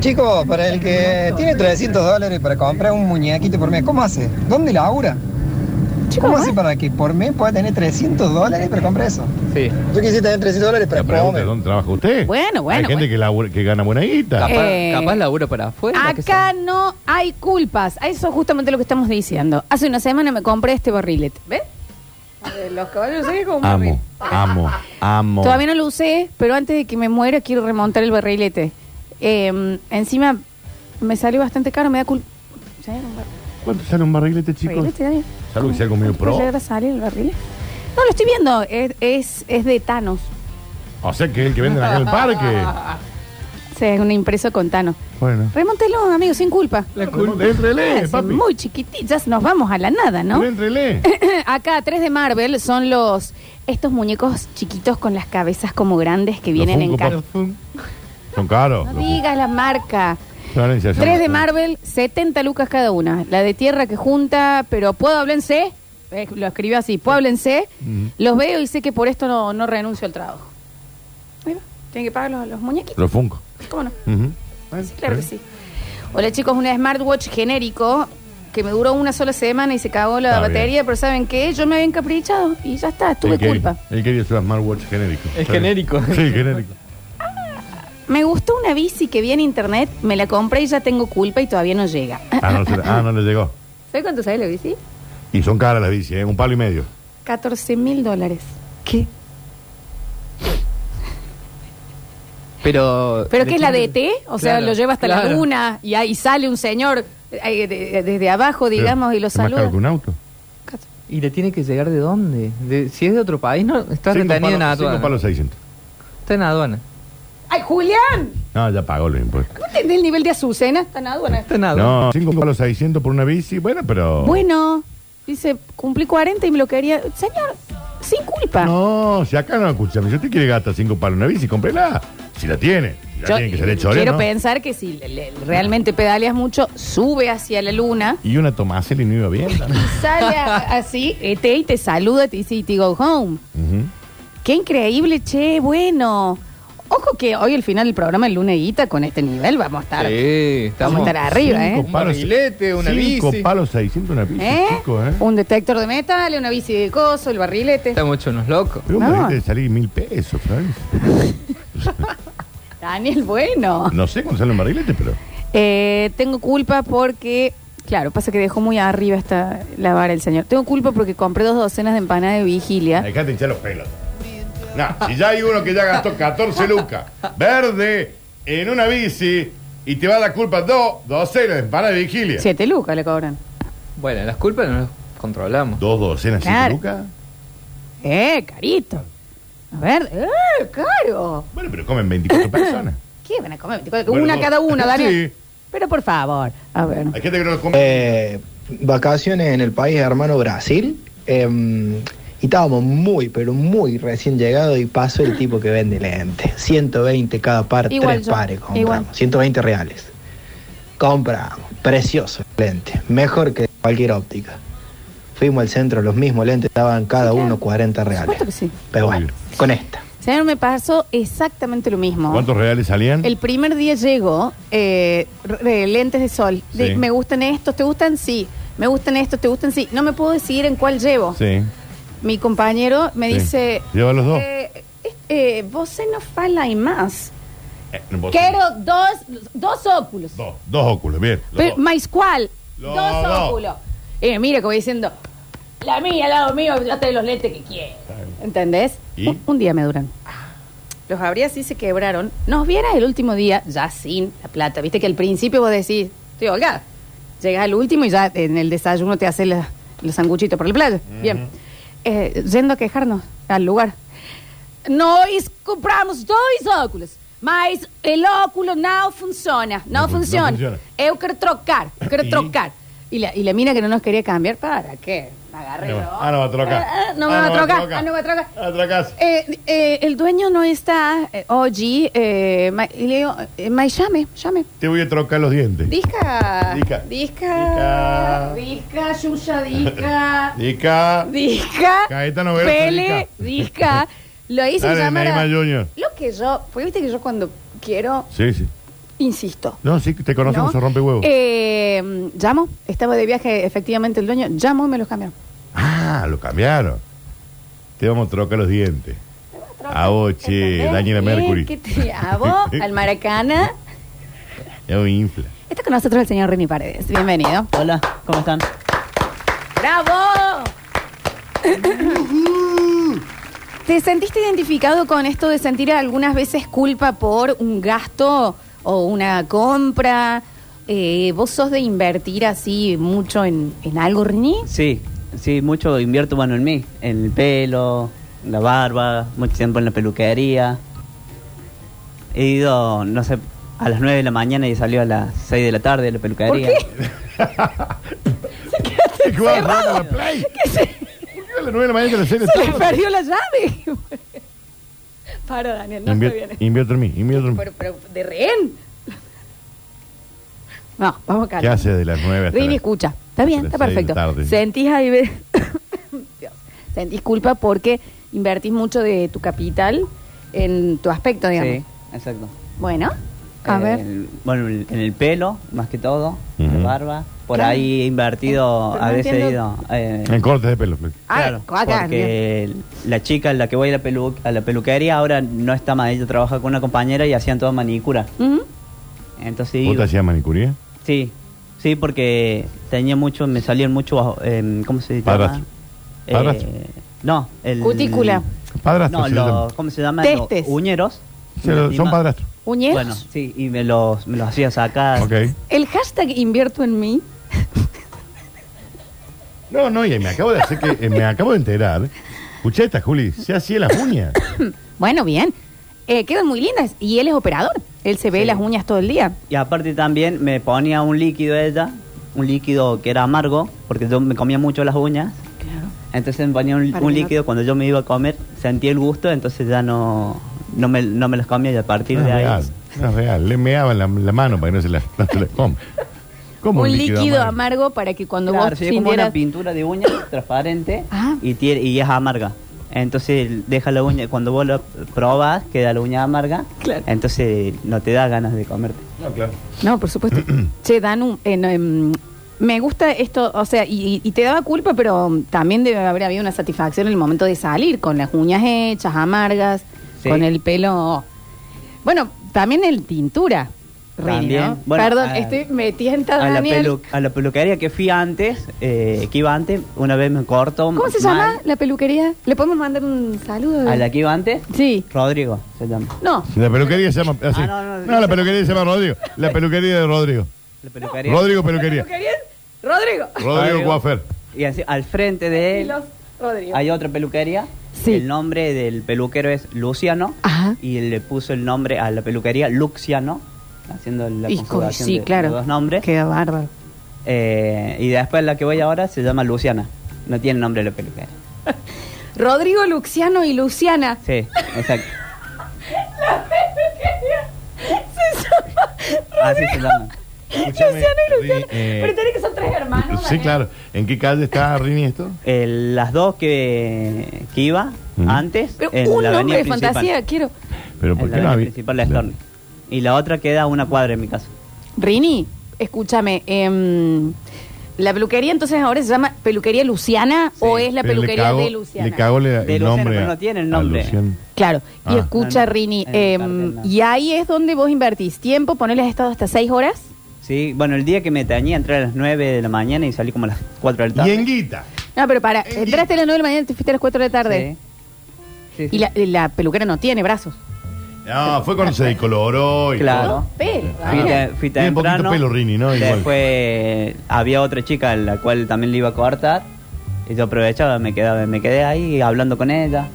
E: Chicos, para el que tiene 300 dólares para comprar un muñequito por mes, ¿cómo hace? ¿Dónde labura?
B: Chicos, ¿eh?
E: ¿Cómo hace para que por mes pueda tener 300 dólares para comprar eso?
H: Sí.
E: Yo quisiera tener 300 dólares
C: La
E: para
C: pregunta es,
E: comer.
C: ¿dónde trabaja usted?
B: Bueno, bueno,
C: Hay gente
B: bueno.
C: que, labura- que gana buena guita.
H: Capaz,
B: Eh,
H: capaz laburo para afuera. qué sé
B: Acá no hay culpas. A Eso es justamente lo que estamos diciendo. Hace una semana me compré este barrilete. ¿Ves? Eh, Los caballos siguen como un barril.
C: Amo, amo, amo.
B: Todavía no lo usé, pero antes de que me muera quiero remontar el barrilete. Eh, encima me salió bastante caro, me da culpa.
C: ¿Cuánto sale un barrilete, chicos?
B: este-
C: Salvo que sea algo medio pro.
B: llegar a salir el barrilete? No, lo estoy viendo. Es, es, es de Thanos. este-
C: O sea, que es el que venden acá en el parque.
B: O sea, es un impreso con Thanos.
C: Bueno.
B: Remontelo, amigo, sin culpa.
C: La culpa. Entrele,
B: Es
C: papi.
B: muy chiquititas, nos vamos a la nada, ¿no?
C: Entrele.
B: Acá, tres de Marvel son los. Estos muñecos chiquitos con las cabezas como grandes que vienen en
C: Funko Pop.
B: cartón.
C: Son caros.
B: No
C: los-
B: digas la marca.
C: Florencia,
B: Tres
C: son-
B: de Marvel, 70 lucas cada una. La de tierra que junta, pero puedo háblense. Eh, lo escribió así, puedo háblense. Los veo y sé que por esto no, no renuncio al trabajo. Ahí va. Tienen que pagar los, los muñequitos.
C: Los Funko.
B: ¿Cómo no?
C: Ujú.
B: Sí, claro que sí. Hola chicos, una smartwatch genérico que me duró una sola semana y se cagó la
C: Está bien.
B: batería, pero ¿saben qué? Yo me había encaprichado y ya está, tuve
C: Él quería-
B: culpa.
C: Él quería su smartwatch genérico.
H: Es genérico.
C: Sí, genérico.
B: Me gustó una bici que vi en internet, me la compré y ya tengo culpa y todavía no llega.
C: Ah, no, se- ah, no le llegó.
B: ¿Sabes cuánto sale la bici?
C: Y son caras las bicis, ¿eh? Un palo y medio.
B: 14 mil dólares. ¿Qué?
H: yo. Pero.
B: ¿Pero qué es la
H: quién-
B: DT? O sea,
H: Claro,
B: lo lleva hasta la
H: claro.
B: luna y ahí sale un señor eh, de- desde abajo, digamos,
C: Pero
B: y lo
C: es más
B: saluda.
C: caro que un auto.
H: ¿Y le tiene que llegar de dónde? De- si es de otro país, no está
C: Cinco
H: retenido en
C: palos-
H: aduana.
C: Cinco palos 600.
H: Está en aduana.
B: ¡Ay, Julián!
C: No, ya pagó los impuestos.
B: ¿Vos entendés el nivel de Azucena? Está en aduana.
H: Está en aduana.
C: No, 5 palos 600 por una bici, bueno, pero...
B: Bueno, dice, cumplí 40 y me lo quería. Señor, sin culpa.
C: No, si acá no, escuchame, si usted quiere gastar 5 palos en una bici, cómprela. Si la tiene, si la
B: Yo
C: tiene que ser hecho
B: quiero pensar que si le- le- realmente pedaleas mucho, sube hacia la luna,
C: Y una Tomaselli no iba bien. ¿no?
B: sale a- así, este, y te saluda te dice, y te go home.
C: Ujú.
B: Qué increíble, che, bueno. Ojo que hoy al final del programa el luneguita con este nivel vamos a estar.
H: Sí,
B: Vamos a
H: estamos.
B: estar arriba, ¿eh?
C: Cinco
H: Un
C: palos-
H: barrilete, una bici.
C: Cinco palos 600 una bici,
B: ¿Eh?
C: chicos, ¿eh?
B: Un detector de metal, una bici de coso, el barrilete.
H: Estamos hechos unos locos.
C: Pero
B: No.
C: me dijiste de salir mil pesos, ¿sabes?
B: Daniel, bueno.
C: No sé cuándo sale un barrilete, pero...
B: Eh, tengo culpa porque, claro, pasa que dejó muy arriba esta la vara el señor. Tengo culpa porque compré dos docenas de empanadas de vigilia.
C: Dejate hinchar los pelos. Nah, si ya hay uno que ya gastó 14 lucas verde en una bici y te va a dar culpa dos docenas de empanadas de vigilia.
B: Siete lucas le cobran.
H: Bueno, las culpas no las controlamos.
C: Dos docenas, cinco
B: Claro.
C: lucas.
B: Eh, carito. A ver, eh, caro.
C: Bueno, pero comen 24 personas.
B: ¿Qué van a comer? 24?
C: Bueno,
B: una
C: dos.
B: cada una, Daniel.
C: Sí.
B: Pero por favor, a ver.
C: Hay gente que no lo come.
L: Eh, vacaciones en el país hermano Brasil. eh, y estábamos muy, pero muy recién llegados y pasó el tipo que vende lentes. 120 cada par,
B: Igual
L: tres
B: yo,
L: pares compramos.
B: igual.
L: 120 reales. Compramos. Precioso el lente. Mejor que cualquier óptica. Fuimos al centro, los mismos lentes estaban cada uno 40 reales.
B: Supuesto que sí.
L: Pero bueno, con esta.
B: Señor, me pasó exactamente lo mismo.
C: ¿Cuántos reales salían?
B: El primer día llego, eh, re- lentes de sol. De,
C: Sí.
B: Me gustan estos, ¿te gustan? Sí. Me gustan estos, ¿te gustan? Sí. No me puedo decidir en cuál llevo.
C: Sí.
B: Mi compañero me
C: Sí.
B: dice...
C: Lleva los dos.
B: eh, eh, eh, vos se nos fala y más.
C: Eh, vos-
B: Quiero dos, dos óculos.
C: Dos, dos óculos, bien. los
B: Pero,
C: dos.
B: ¿Mais cuál?
C: Los
B: dos
C: dos.
B: óculos. Eh, mira, como diciendo, la mía, al lado mío, yo te los lentes que quiero. ¿Entendés?
C: ¿Y?
B: Un, un día me duran. Ah. Los abrí así, se quebraron. Nos vieras el último día, ya sin la plata. Viste que al principio vos decís, estoy holgada. Llegas al último y ya en el desayuno te haces la- los sanguchitos por la playa. Bien. Eh, yendo a quejarnos al lugar. Nós compramos dois óculos, mas o óculo não funciona. Não,
C: No fun- no
B: funciona.
C: funciona.
B: Eu quero trocar, quero
C: ¿Y?
B: trocar. Y la, y la mina que no nos quería cambiar, ¿para qué? Me agarré.
C: No va-
B: dos.
C: Ah, no va a trocar.
B: Ah, ah, no me va a trocar. Ah, no va a trocar.
C: Ah, trocás.
B: Eh, eh, el dueño no está, eh, OG, eh, ma- y le digo, eh, ma, llame, llame.
C: Te voy a trocar los dientes.
B: Disca.
C: Disca.
B: Disca. Disca, Yuya, disca.
C: Dica.
B: Disca.
C: Caeta Novedosa,
B: Pele, disca. Lo hice
C: Dale,
B: llamar. a-
C: Neymar Junior.
B: Lo que yo, porque viste que yo cuando quiero,
C: Sí, sí.
B: insisto.
C: No, sí, te
B: ¿no?
C: conocemos, se rompe huevo.
B: Eh, llamo, estaba de viaje efectivamente el dueño, llamo y me los cambiaron.
C: Ah, lo cambiaron. Te vamos a trocar los dientes. A vos, che,
B: ¿Entendés?
C: Daniela
B: Eh,
C: Mercury.
B: que te- a vos, al Maracana.
C: Ya me infla.
B: Está con nosotros el señor Rini Paredes. Bienvenido.
G: Hola, ¿cómo están?
B: ¡Bravo! ¿Te sentiste identificado con esto de sentir algunas veces culpa por un gasto o una compra? Eh, ¿Vos sos de invertir así mucho en, en algo, Rini?
G: Sí, sí, mucho invierto, bueno, en mí, en el pelo, en la barba, mucho tiempo en la peluquería. He ido, no sé, a las 9 de la mañana y salió a las 6 de la tarde de la peluquería.
B: ¿Por
C: ¿Qué va a robar a la play? ¿Por qué a las nueve de la mañana que la serie
B: Se le
C: está?
B: perdió la llave. Para, Daniel, no
C: Invier-
B: está bien.
C: Invierto en mí, invierto en mí.
B: Pero, pero, de rehén. No, vamos acá.
C: ¿Qué hace de las nueve hasta
B: Rini,
C: las-
B: escucha. Está bien,
C: las
B: está
C: seis de
B: perfecto.
C: la tarde?
B: Sentís ahí. ve- Dios. Sentís culpa porque invertís mucho de tu capital en tu aspecto, digamos.
G: Sí, exacto.
B: Bueno, a
G: Eh,
B: ver.
G: el- bueno, el- en el pelo, más que todo,
C: Ujú.
G: la barba. Por
B: Claro.
G: ahí he invertido,
B: Pero
G: a
B: no
G: veces he
B: entiendo.
G: ido. eh,
C: En cortes de pelo, Flor.
B: Ah,
G: Claro,
B: acá, bien.
G: porque la chica a la que voy a la, pelu- a la peluquería ahora no está más, ella trabaja con una compañera y hacían toda manicura.
B: Ujú.
G: Entonces,
C: ¿Vos te
G: digo,
C: hacías manicuría?
G: sí, sí, porque tenía mucho, me salían mucho, bajo- em, ¿cómo se llama?
M: Ah.
C: Padrastro.
G: Eh,
C: Padrastro.
G: no, el...
B: Cutícula.
C: Padrastro.
G: No,
C: se le
G: lo-
C: llama.
G: ¿cómo se llama? Los
B: Testes.
G: uñeros.
C: Se lo-
G: Y
C: son
G: ma-
C: padrastros.
B: Uñeros.
G: Bueno, sí, y me los, me los hacía sacar.
C: Ok.
B: El hashtag invierto en mí.
C: No, no, y me acabo de hacer que. eh, me acabo de enterar. Escucha esta, Juli. Se hacía las uñas.
B: Bueno, bien. Eh, quedan muy lindas. Y él es operador. Él se ve
G: Sí.
B: las uñas todo el día.
G: Y aparte también me ponía un líquido ella, un líquido que era amargo, porque yo me comía mucho las uñas.
B: Claro.
G: Entonces me ponía un,
B: Para
G: un
B: que no-
G: líquido cuando yo me iba a comer, sentí el gusto, entonces ya no, no, me, no me los comía y a partir
C: No
G: de
C: es
G: ahí...
C: real, no es real. Le meaban la, la mano para que no se la, no se la coma. ¿Cómo
B: un líquido, amargo para que cuando
G: Claro,
B: vos
G: sí, es como una
B: sintieras...
G: pintura de uña transparente
B: Ah.
G: y, tiene- y es amarga. Entonces deja la uña, cuando vos lo probas queda la uña amarga,
B: Claro.
G: entonces no te da ganas de comerte.
C: No, claro.
B: No, por supuesto. che, Danu, eh, no, em, me gusta esto, o sea, y, y te daba culpa, pero mm, también debe haber habido una satisfacción en el momento de salir, con las uñas hechas, amargas,
G: Sí.
B: con el pelo... Bueno, también el tintura. Rini,
G: También.
B: ¿no?
G: Bueno,
B: Perdón,
G: a-
B: estoy metida en
G: a la,
B: Daniel.
G: pelu- a la peluquería que fui antes, eh, que iba antes, una vez me corto.
B: ¿Cómo se
G: mal.
B: llama la peluquería? ¿Le podemos mandar un saludo?
G: A la que iba antes,
B: Sí.
G: Rodrigo se llama.
B: No,
C: La peluquería se llama. así.
G: Ah,
C: no,
G: no, no,
C: la peluquería se llama Rodrigo. La peluquería de Rodrigo.
G: La peluquería.
C: Rodrigo Peluquería.
B: Rodrigo.
C: Rodrigo Guafer.
G: Y así, al frente de él
B: Estilos Rodrigo.
G: hay otra peluquería. El nombre del peluquero es Luciano. Y le puso el nombre a la peluquería Luciano. Haciendo la
B: Y co-
G: conjugación
B: sí,
G: de-
B: claro.
G: de los nombres.
B: Queda bárbaro.
G: Eh, y después la que voy ahora se llama Luciana. No tiene nombre la peluquería.
B: Rodrigo Luciano y Luciana.
G: Sí, exacto.
B: La peluquería se llama
G: Así se llama.
C: Ah, Escúchame,
B: Luciano y Luciana.
C: Ri- eh,
B: Pero tiene que son tres hermanos.
C: Sí, claro. ¿En qué calle está Rini esto?
G: Eh, las dos que, que iba
C: Ah.
G: antes.
B: Pero
G: en
B: un
G: la
B: nombre
G: avenida
B: de
G: principal.
B: fantasía, quiero.
C: Pero ¿por
G: En la
C: qué no
G: avenida
C: había-
G: principal la Storni. Y la otra queda a una cuadra en mi casa.
B: Rini, escúchame. em, la peluquería entonces ahora se llama Peluquería Luciana o es la
C: Pero le
B: peluquería
C: cagó-
B: de Luciana.
C: Le cagó le- el
G: De Luciana,
C: nombre.
G: pero
C: a-
G: no tiene el
C: a
G: nombre.
C: Luciana.
B: Claro, y
C: Ah.
B: escucha,
G: No, no,
B: Rini,
G: en el
B: em,
G: cartel, no.
B: y ahí es donde vos invertís tiempo, ponele has estado hasta seis horas.
G: Sí, bueno, el día que me tañí entré a las 9 de la mañana y salí como a las 4 de la tarde.
C: Y en Guita.
B: No, pero para,
G: Eh,
B: entraste a las nueve de la mañana y te fuiste a las cuatro de la tarde. Y la, y la peluquera no tiene brazos.
C: No, fue cuando se decoloró y
G: Claro.
B: Pero,
G: Fui, te- fui
C: Tiene poquito
G: temprano.
C: pelo Rini, ¿no? Igual.
G: Después había otra chica a la cual también le iba a cortar. Y yo aprovechaba, me quedaba, me quedé ahí hablando con ella.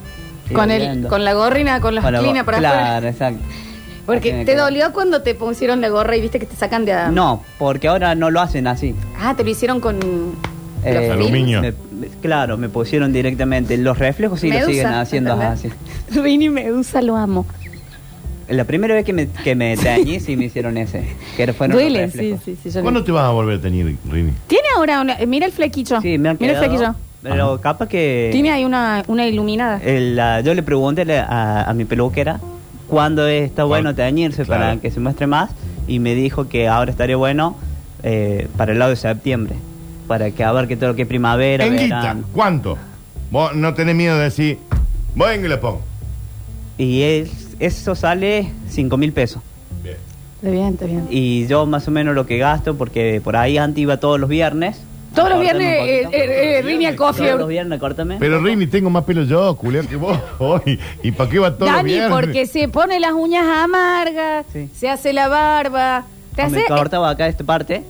B: con,
G: Iba
B: el,
G: viendo.
B: con la gorrina, con las
G: Con la go-
B: clinas por afuera.
G: Claro, exacto.
B: Porque
G: Tiene
B: te
G: que-
B: dolió cuando te pusieron la gorra y viste que te sacan de... a-
G: No, porque ahora no lo hacen así.
B: Ah, te lo hicieron con...
G: Eh,
C: Aluminio.
G: me- me- claro, me pusieron directamente. Los reflejos sí
B: Medusa,
G: lo siguen haciendo
B: ¿entendés?
G: así.
B: Rini Medusa, lo amo.
G: La primera vez que me, que me tañí sí me hicieron ese. Que fueron los
B: Duele, sí,
G: reflejos.
B: sí, sí. yo
C: ¿Cuándo
B: lo-
C: te vas a volver a tener, Rini?
B: Tiene ahora una... eh, Mira el flequillo.
G: Sí, me han
B: Mira el
G: quedado, Eh.
B: flequillo.
G: Pero capaz que...
B: Tiene ahí una, una iluminada.
G: el, la- yo le pregunté le- a, a mi peluquera cuándo está bueno teñirse para que se muestre más y me dijo que ahora estaría bueno eh, para el lado de septiembre, para que abarque todo lo que es primavera,
C: en Guita,
G: verano.
C: ¿cuánto? Vos no tenés miedo de decir, vengo y le pongo.
G: Y es- eso sale 5 mil pesos.
B: Está bien, está bien.
G: Y yo más o menos lo que gasto, porque por ahí antes iba todos los viernes.
B: Todos los
G: Cortame
B: viernes,
G: un poquito.
B: eh, eh, eh, Rini al coffee.
G: Todos los viernes, córtame.
C: Pero Rini, tengo más pelo yo, culián, que vos hoy. ¿Y para qué va todo
B: Dani,
C: bien?
B: porque se pone las uñas amargas, se hace la barba. Te
G: Me
B: hace.
G: cortaba acá esta parte.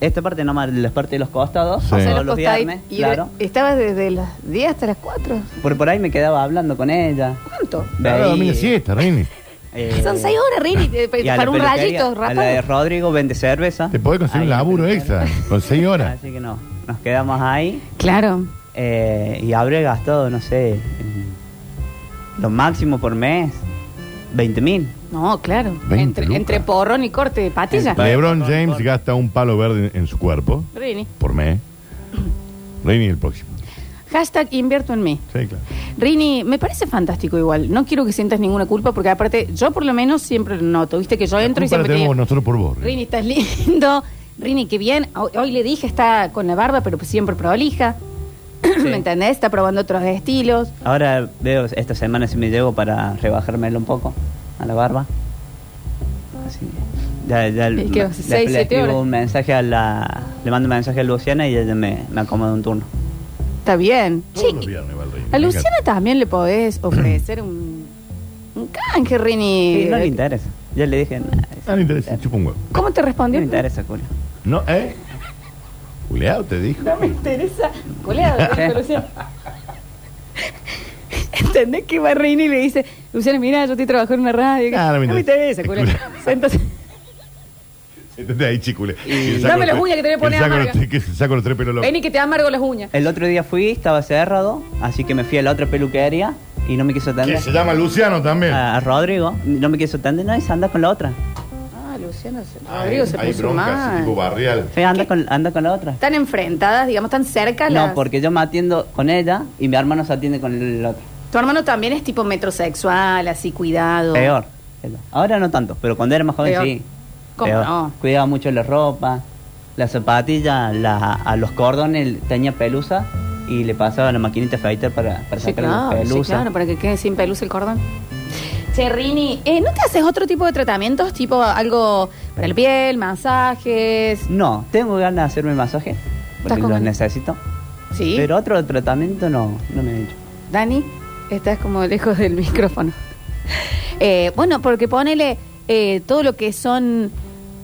G: Esta parte nomás, la parte de los costados.
B: o sea,
G: Todos los
B: los costaditos.
G: viernes,
B: Y
G: claro.
B: Estabas desde las 10 hasta las 4.
G: Por, por ahí me quedaba hablando con ella.
B: ¿Cuánto?
C: Claro, dormí siesta, Rini.
G: Eh,
B: Son 6 horas, Rini, de-
G: y a la
B: para un
G: peluquería,
B: rayito
G: A la de
B: rapado.
G: Rodrigo vende cerveza.
C: Te podés conseguir un laburo extra, con seis horas.
G: Así que no, nos quedamos ahí.
B: Claro.
G: Eh, y habré gastado, no sé, lo máximo por mes, 20 mil.
B: No, claro.
C: 20
B: Entre,
C: lucas.
B: entre porrón y corte de patilla.
C: LeBron James gasta un palo verde en en su cuerpo
B: Rini.
C: por mes. Rini el próximo.
B: Hashtag invierto en mí.
C: Sí, claro.
B: Rini, me parece fantástico igual. No quiero que sientas ninguna culpa porque aparte yo por lo menos siempre lo noto. Viste que yo entro y
C: Culpa la
B: siempre te digo,
C: tenemos nosotros por vos.
B: Rini, estás lindo. Rini, qué bien. Hoy, hoy le dije, está con la barba, pero siempre prolija. ¿Me entendés? Está probando otros estilos.
G: Ahora veo, esta semana si me llevo para rebajármelo un poco a la barba. Así que ya, ya,
B: ¿Y qué vas a hacer? ¿Seis,
G: después le
B: siete
G: escribo
B: horas?
G: un mensaje a la... Le mando un mensaje a Luciana y ella me, me acomoda un turno.
B: Está bien.
C: Todos
B: Che,
C: los viernes va el Rini.
B: a Luciana también le podés ofrecer un, un canje, Rini.
G: Sí, no le interesa. Ya le dije, "Nah,
C: Ah, no interesa, chupa un huevo.
B: ¿Cómo te
G: no
B: respondió?
G: me interesa, culo.
C: No, ¿eh? Juliado te dijo.
B: No me interesa. Coleado, le dijo Luciana. ¿Entendés que va Rini y le dice, Luciana, mira, yo estoy trabajando en una radio?
C: Ah, no me
B: interesa, culo. Entonces,
C: Entonces ahí, chicule.
B: Dame las uñas que te voy a poner amarga.
C: Que se saco los tres pelos locos.
B: vení que te amargo las uñas.
C: Eh.
G: El otro día fui, estaba cerrado, así que me fui a la otra peluquería y no me quiso atender.
C: Que se llama Luciano también.
G: A, a Rodrigo, no me quiso atender, no, y se anda con la otra.
B: Ah, Luciana, se,
C: Hay-
B: Rodrigo se
C: hay
B: puso
C: broncas,
B: mal.
C: tipo barrial.
G: Sí, anda con, anda con la otra.
B: Están enfrentadas, digamos, están cerca las...
G: No, porque yo me atiendo con ella y mi hermano se atiende con el otro.
B: Tu hermano también es tipo metrosexual, así, cuidado.
G: Peor. Ahora no tanto, pero cuando era más joven
B: Peor.
G: sí.
B: ¿Cómo
G: Peor.
B: no?
G: Cuidaba mucho la ropa, las zapatillas, la- a los cordones tenía pelusa y le pasaba la maquinita faiter para, para
B: Sí,
G: sacar la
B: claro, sí,
G: pelusa.
B: claro, para que quede sin pelusa el cordón. Che, Rini, eh, ¿no te haces otro tipo de tratamientos? Tipo algo para la piel, masajes.
G: No, tengo ganas de hacerme masaje, porque
B: con
G: los
B: ganas?
G: necesito.
B: Sí.
G: Pero otro tratamiento no, no me he hecho.
B: Dani, estás como lejos del micrófono. Eh, bueno, porque ponele eh, todo lo que son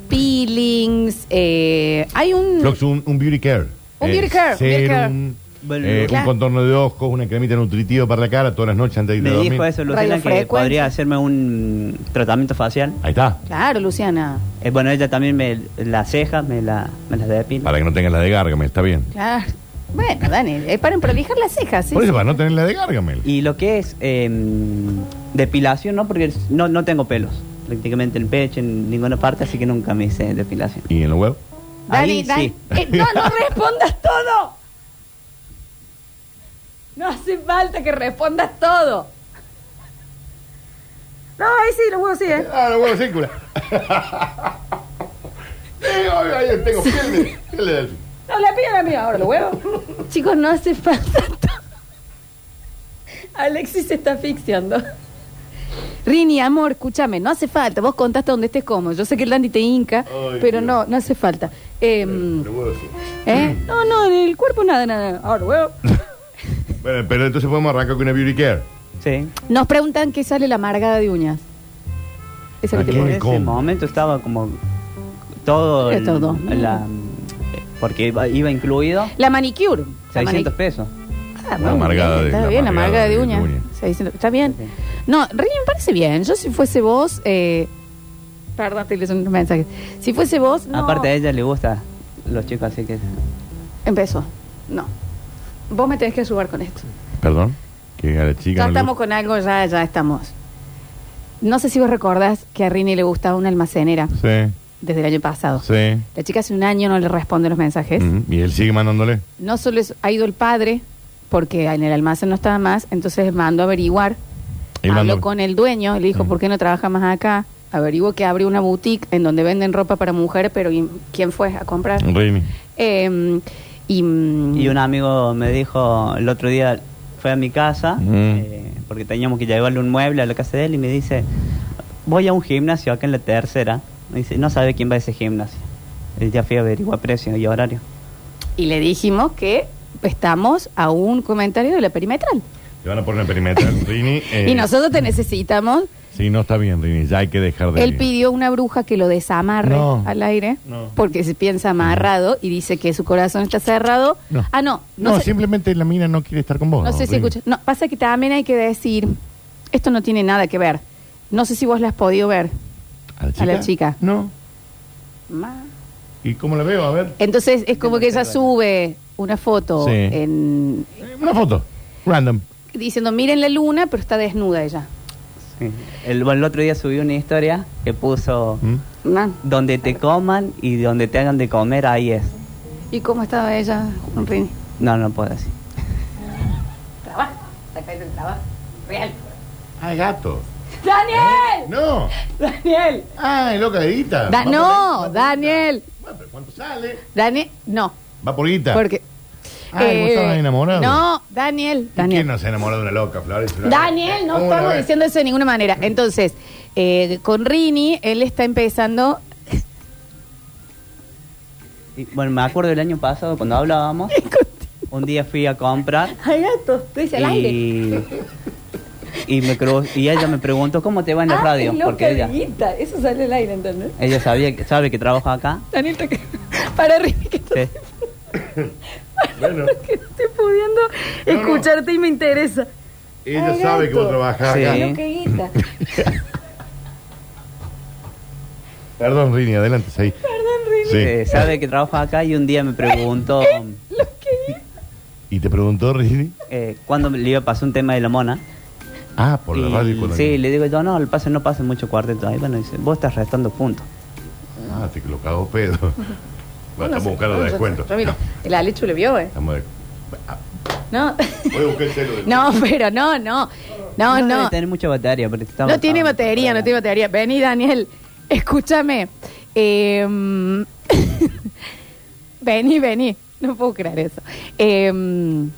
B: peelings. eh, hay un.
C: Flox, un, un beauty care.
B: Un
C: eh,
B: beer care, un beer care.
C: serum,
G: Bueno,
C: eh, un
B: claro.
C: contorno de ojos, una cremita nutritiva para la cara todas las noches antes de ir
G: Me
C: a dormir.
G: dijo eso, Luciana, que
B: Radiofrecuencia.
G: podría hacerme un tratamiento facial.
C: Ahí está.
B: Claro, Luciana.
G: Eh, bueno, ella también me las cejas, me, la, me las depila.
C: Para que no tengas la de Gargamel, está bien.
B: Claro. Bueno, Dani, eh, paren para lijar las cejas. ¿sí?
C: Por eso, para no tener la de Gargamel.
G: Y lo que es eh, depilación, no, porque no, no tengo pelos prácticamente en el pecho, en ninguna parte, así que nunca me hice depilación.
C: ¿Y en los huevos?
B: Dani,
G: Ahí
B: Dani.
G: sí.
B: Eh, no, no respondas todo. No hace falta que respondas todo. No, ahí sí, los huevos sí, ¿eh?
C: Ah, los huevos círcula. Ahí tengo piel de, piel de delfín.
B: No, la pilla la mía ahora, los huevos. Chicos, no hace falta todo. Alexis se está asfixiando. Rini, amor, escúchame, no hace falta. Vos contaste donde estés cómodo. Yo sé que el Dani te hinca,
C: Ay,
B: pero
C: Dios.
B: no, no hace falta. Eh,
C: Los huevos sí.
B: ¿eh? No, no, en el cuerpo nada, nada. Ahora, huevo.
C: Bueno, pero entonces podemos arrancar con una beauty care.
G: Sí.
B: Nos preguntan qué sale la amargada de uñas. Esa que te
G: En
B: pones.
G: ese momento estaba como todo.
B: Era todo.
G: la- porque iba, iba incluido
B: La manicure. La
G: 600 pesos.
B: Ah,
G: La
B: bueno,
G: amargada
B: bien,
G: de-
B: Está
G: la
B: bien, la amargada
G: amargada
B: de
G: de
B: uña.
G: uña.
B: O sea, diciendo, Está bien. No, Rini, me parece bien. Yo si fuese vos... Eh, perdón, te leí un mensaje. Si fuese vos... No,
G: Aparte a ella le gusta los chicos, así que.
B: Empezó. No. Vos me tenés que ayudar con esto.
C: Perdón. Que a la chica.
B: Ya
C: no le
B: estamos con algo, ya, ya estamos. No sé si vos recordás que a Rini le gustaba una almacenera
C: gusta.
B: desde el año pasado.
C: Sí, Mm. sí.
B: La chica hace un año no le responde los mensajes.
C: Ujú. Y él sigue mandándole.
B: No solo eso, ha ido el padre, porque en el almacén no estaba más, entonces mandó a averiguar.
C: Él
B: Habló
C: mandó-
B: con el dueño, le
C: Mm.
B: dijo, ¿por qué no trabaja más acá? Averiguó que abrió una boutique en donde venden ropa para mujeres, pero ¿y ¿quién fue a comprar?
C: Rini.
B: Eh, y, mm,
G: Y un amigo me dijo el otro día, fue a mi casa, eh, porque teníamos que llevarle un mueble a la casa de él, y me dice, voy a un gimnasio acá en la tercera. Me dice, no sabe quién va a ese gimnasio. Y ya fui a averiguar precio y horario.
B: y le dijimos que estamos a un comentario de la perimetral.
C: Le van a poner perimetral. Rini. eh,
B: Y nosotros te necesitamos.
C: Sí, no está bien, Rini. Ya hay que dejar de.
B: Él pidió una bruja que lo desamarre
C: No.
B: al aire,
C: No.
B: porque se piensa amarrado
C: Mm.
B: y dice que su corazón está cerrado.
C: No.
B: Ah, no,
C: No,
B: no, sé-
C: simplemente la mina no quiere estar con vos.
B: No sé si
C: Rini.
B: escuchas. No, pasa que también hay que decir, esto no tiene nada que ver. No sé si vos la has podido ver
C: ¿A la chica?
B: a la chica.
C: No.
B: Ma.
C: ¿Y cómo la veo? A ver.
B: Entonces es como que ella sube una foto
C: Sí.
B: en-
C: Eh, Una foto. Random.
B: diciendo, miren la luna, pero está desnuda ella.
G: Sí. El, bueno, el otro día subí una historia que puso,
C: Mm.
B: Ma.
G: donde te coman y donde te hagan de comer, ahí es.
B: ¿Y cómo estaba ella, Juan Rini?
G: No, no puedo decir.
B: Trabajo, sacáis del trabajo. Real.
C: Ah, gato.
B: ¡Daniel!
C: No.
B: ¡Daniel!
C: Ah, loca de guita.
B: Da-
C: Va
B: no, Daniel.
C: ¿Cuánto sale?
B: Daniel, no.
C: Va por guita.
B: Porque. eh,
C: Ah, vos estabas enamorado.
B: No, Daniel.
C: ¿Y
B: Daniel.
C: ¿Quién no se enamoró de una loca, Flores?
B: Daniel, no
C: Una
B: estamos
C: vez.
B: diciendo eso de ninguna manera. Entonces, eh, con Rini, él está empezando.
G: Y, bueno, me acuerdo del año pasado cuando hablábamos, un día fui a comprar
B: Ay, gato, tú dices al aire.
G: y, y, me cru- y ella me preguntó cómo te va en la
B: Ah,
G: radio,
B: es loca
G: porque
B: de
G: ella,
B: guita. Eso sale al aire, ¿entendés?
G: ella sabía que, sabe que trabaja acá.
B: Daniel, te... para Rini, que
G: Sí.
C: Bueno,
B: estoy pudiendo escucharte y me interesa.
C: ella
B: Ay,
C: sabe que
B: gato.
C: vos trabajás
B: Ay,
G: Sí.
C: acá.
B: loca de guita.
C: Perdón, Rini, adelante, ahí.
B: Perdón, Rini.
G: Eh,
C: Sí.
G: sabe que trabaja acá y un día me preguntó
C: ¿Y te preguntó, Rini?
G: eh, cuándo le iba a pasar un tema de la mona.
C: Ah, por la
G: Y-
C: radio. cuando-
G: sí, le digo yo, no, el pase no pasa mucho cuarteto. Ahí, bueno, dice, vos estás restando puntos.
C: Ah, te lo cagó pedo. Bueno, estamos buscando
B: No sé,
C: descuento.
B: yo mira, el Alechu le vio, ¿eh?
C: Estamos de... Ah,
B: No.
C: Voy a buscar el celo. del-
B: No, pero no, no. No,
G: debe
B: no.
G: tener mucha batería. Pero estaba-
B: No tiene
G: estaba-
B: batería, no tiene batería. Vení, Daniel, escúchame. Em, vení, vení. No puedo creer eso. Em,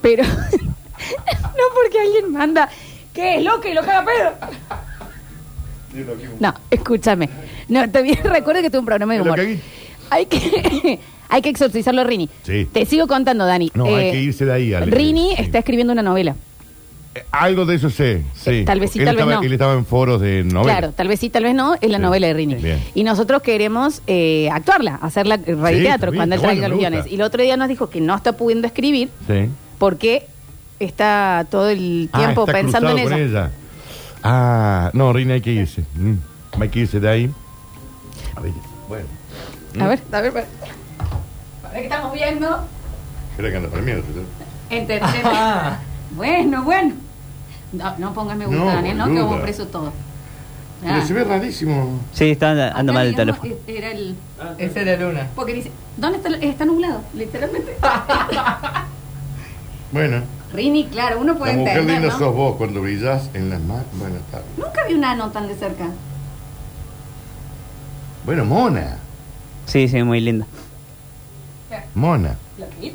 B: pero no porque alguien manda que es loca y lo caga pedo. No, escúchame. No, también recuerdo que tuve un programa de
C: Es lo
B: humor.
C: que hay.
B: Hay que, hay que exorcizarlo a Rini.
C: Sí.
B: Te sigo contando, Dani.
C: No, hay
B: Eh,
C: que irse de ahí, Ale.
B: Rini
C: Sí.
B: está escribiendo una novela.
C: eh, algo de eso sé. sí.
B: tal vez sí,
C: Él
B: tal vez
C: estaba-
B: no.
C: Él estaba en foros de novela.
B: Claro, tal vez sí, tal vez no, es la
C: Sí.
B: novela de Rini.
C: Bien.
B: Y nosotros queremos eh, actuarla, hacerla en radio
C: Sí, está
B: teatro
C: bien,
B: cuando él
C: está
B: traiga
C: bueno,
B: los
C: me
B: guiones.
C: gusta.
B: Y el otro día nos dijo que no está pudiendo escribir
C: Sí.
B: porque está todo el
C: Ah,
B: tiempo
C: está
B: pensando en
C: cruzado
B: eso.
C: con ella. Ah, no, Rina, hay que irse. Mm, Hay que irse de ahí. A ver, bueno.
B: A ver, a ver, para. que estamos viendo.
C: Creo que anda premiado.
B: Ah.
C: ¿sí?
B: Entendemos. Bueno, bueno. No, no pongas me gusta,
G: No,
B: Daniel, ¿no? Que
G: boluda.
B: vamos preso todo. Ah,
G: Pero se ve
C: rarísimo.
G: Sí, está anda- anda mal el
B: digamos,
G: teléfono.
B: eh, Era el,
H: Esa era Luna.
B: porque dice, ¿dónde está? la- Está nublado, literalmente.
C: Bueno,
B: Rini, claro, uno puede
C: la mujer
B: entender, ¿no?
C: linda sos vos cuando brillás en las más. Bueno, está bien.
B: Nunca vi un ano tan de cerca.
C: Bueno, mona.
B: eh.
G: Sí, sí, muy linda.
C: Mona.
B: ¿Lo que vi?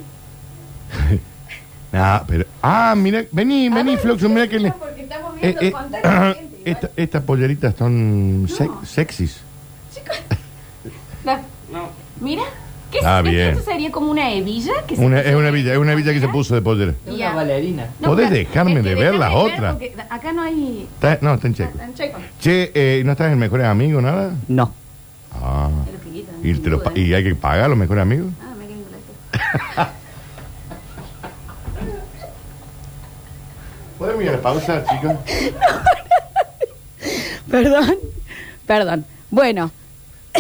C: Ah, pero. Ah, mira, vení, vení, Floxo, mira que le.
B: Porque estamos
C: Eh,
B: viendo
C: eh,
B: contacto con gente.
C: esta- estas polleritas son sex- sexys.
B: La- Mira, ¿qué
C: Ah,
B: es-
C: bien.
B: esto sería como una hebilla que se-
C: Una, es una villa, es una villa que se puso de pollera.
B: Y a- No,
C: ¿Podés
B: pero-
C: dejarme
B: es que
C: de ver
B: déjame
C: las
B: ver
C: otras?
B: porque Acá no hay.
C: Está- no, está en checo.
B: Están checos.
C: Che, eh, ¿no estás en Mejores Amigos, nada?
G: No.
C: Ah. ¿Y, te los pa- y hay que pagar los Mejores Amigos?
B: Ah, me quedé
C: ¿Podemos ir a la pausa, chicos?
B: Perdón, perdón. Bueno.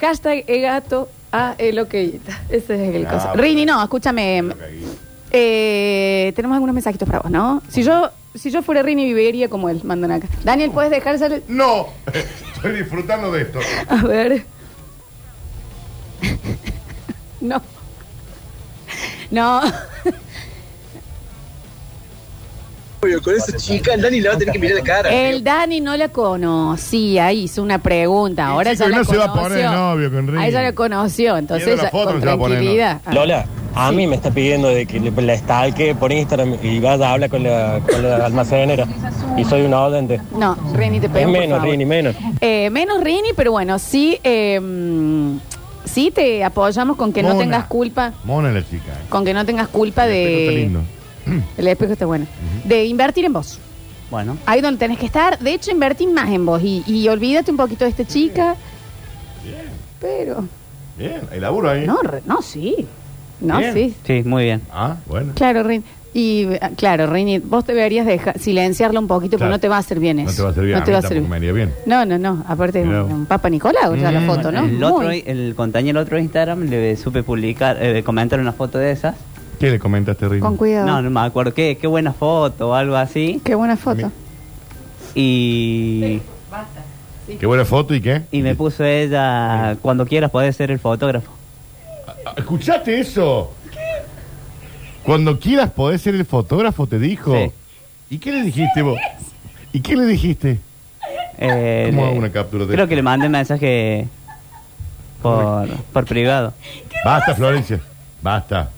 B: Hashtag e gato a e el okeita. Ese es el
N: Ah,
B: caso.
N: bueno.
B: Rini, no, escúchame. Eh, tenemos algunos mensajitos para vos, ¿no? Si yo, si yo fuera Rini, viviría como él, mandan acá. Daniel, ¿puedes dejar salir?
C: ¡No! Estoy disfrutando de esto.
B: A ver. No. No.
M: con esa chica, el Dani la va a tener que mirar la cara.
B: El Dani no la conocía, hizo una pregunta. Ahora
M: chico,
B: ya
M: y
B: la
M: no se va a
B: conoció.
M: poner novio con Rini.
B: Ahí ya la conoció, entonces
M: Viendo la
B: ya-
M: foto
B: con
M: no se va a poner
B: tranquilidad. Ah.
M: Lola, a mí me está pidiendo de que le- la estalque por Instagram y vaya a hablar con la, con la almacenera. Y soy una orden
B: No, Rini te
M: Es
B: pedimos, por
M: menos,
B: favor.
M: Rini, menos.
B: Eh, menos Rini, pero bueno, sí, eh, mm, sí te apoyamos con que no
C: Mona.
B: tengas culpa,
C: Mona la chica. eh.
B: con que no tengas culpa
C: Está
B: de...
C: lindo.
B: El espejo está bueno. De invertir en vos.
G: Bueno.
B: Ahí donde tenés que estar. De hecho, invertí más en vos. Y, y olvídate un poquito de esta chica. Pero.
C: Bien, hay laburo ahí.
B: No, re- no, sí. No,
G: Bien.
B: sí.
G: Sí, muy bien.
C: Ah, bueno.
B: Claro, Rini. Y ah, claro, Rini, vos deberías dejar, silenciarlo un poquito
C: Claro.
B: porque no te va a hacer bien eso.
C: No te va a servir.
B: No
C: a
B: te
C: mí
B: va a
C: tampoco
B: servir.
C: me Mm. haría bien.
B: No, no, no. Aparte, es un,
G: Mirá.
B: un Papa Nicolau ya la foto, ¿no?
G: El otro,
B: Muy-
G: el compañero otro Instagram le supe publicar, eh, comentar una foto de esas.
C: ¿Qué le comentaste, Rini?
B: Con cuidado.
G: No, no me acuerdo qué, qué buena foto o algo así.
B: Qué buena foto.
G: Y
C: Qué buena foto y qué.
G: y me puso ella, cuando quieras podés ser el fotógrafo.
C: ¿Escuchaste eso? Cuando quieras podés ser el fotógrafo, te dijo.
G: Sí.
C: ¿Y qué le dijiste vos? ¿Y qué le dijiste?
G: Eh,
C: ¿Cómo
G: le-
C: hago una captura de
G: Creo que le mandé mensaje por, por privado.
C: Basta, Florencia. Basta.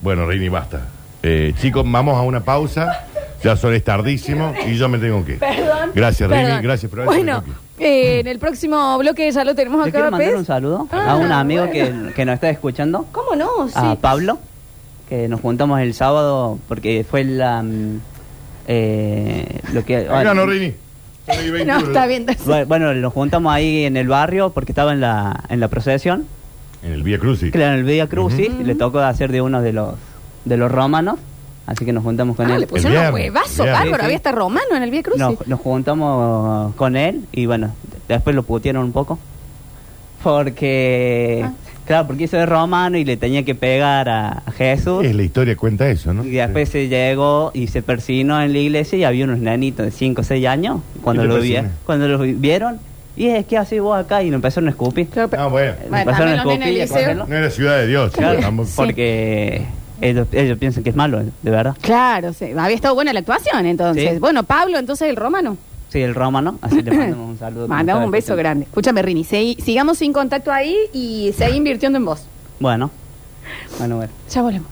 C: Bueno, Rini, basta. Eh, chicos, vamos a una pausa. Ya son es tardísimo y yo me tengo que ir.
B: Perdón.
C: Gracias, Rini.
B: Perdón.
C: Gracias, Florencia. me
B: Bueno, eh, en el próximo bloque ya lo tenemos
G: Le
B: acá.
G: quiero mandar
B: ¿ves?
G: un saludo
B: Ah,
G: a un amigo
B: bueno.
G: que, que nos está escuchando.
B: ¿Cómo no? Sí.
G: a Pablo, que nos juntamos el sábado porque fue la. mm, eh, lo que.
C: Ahí ganó Rini.
B: No, está bien.
G: Bueno, bueno, nos juntamos ahí en el barrio porque estaba en la, en la procesión.
C: En el Vía Crucis.
G: Claro, en el Vía Crucis. y Le tocó hacer de uno de los, de los romanos. Así que nos juntamos con
B: Ah,
G: él.
B: le pusieron un huevazo, bárbaro. Había hasta romano en el Vía Crucis.
G: Nos, nos juntamos con él y bueno, después lo putearon un poco. Porque.
B: Ah.
G: Claro, porque hizo de romano y le tenía que pegar a a Jesús.
C: Es la historia cuenta eso, ¿no?
G: Y después se llegó y se persinó en la iglesia y había unos nanitos de 5 o 6 años cuando
C: ¿Qué te
G: lo, vi-
C: persina?
G: cuando lo vi- vieron. Y es, ¿qué haces vos acá? Y lo empezaron a escupir.
C: Ah, bueno.
G: Lo
B: Bueno,
G: empezaron a
B: también los
G: escupir
B: nenes
G: y
B: del
G: a
B: liceo.
G: cogerlo.
C: No era ciudad de Dios,
G: Claro,
C: chicos, tampoco.
G: porque ellos, ellos piensan que es malo, de verdad.
B: Claro, sí. había estado buena la actuación entonces.
G: Sí.
B: Bueno, Pablo, entonces el romano.
G: Sí, el romano. Así le mandamos un saludo.
B: Mandamos un beso grande. Escúchame, Rini, segui- sigamos sin contacto ahí y seguí invirtiendo en vos.
G: Bueno. Bueno, bueno.
B: Ya volvemos.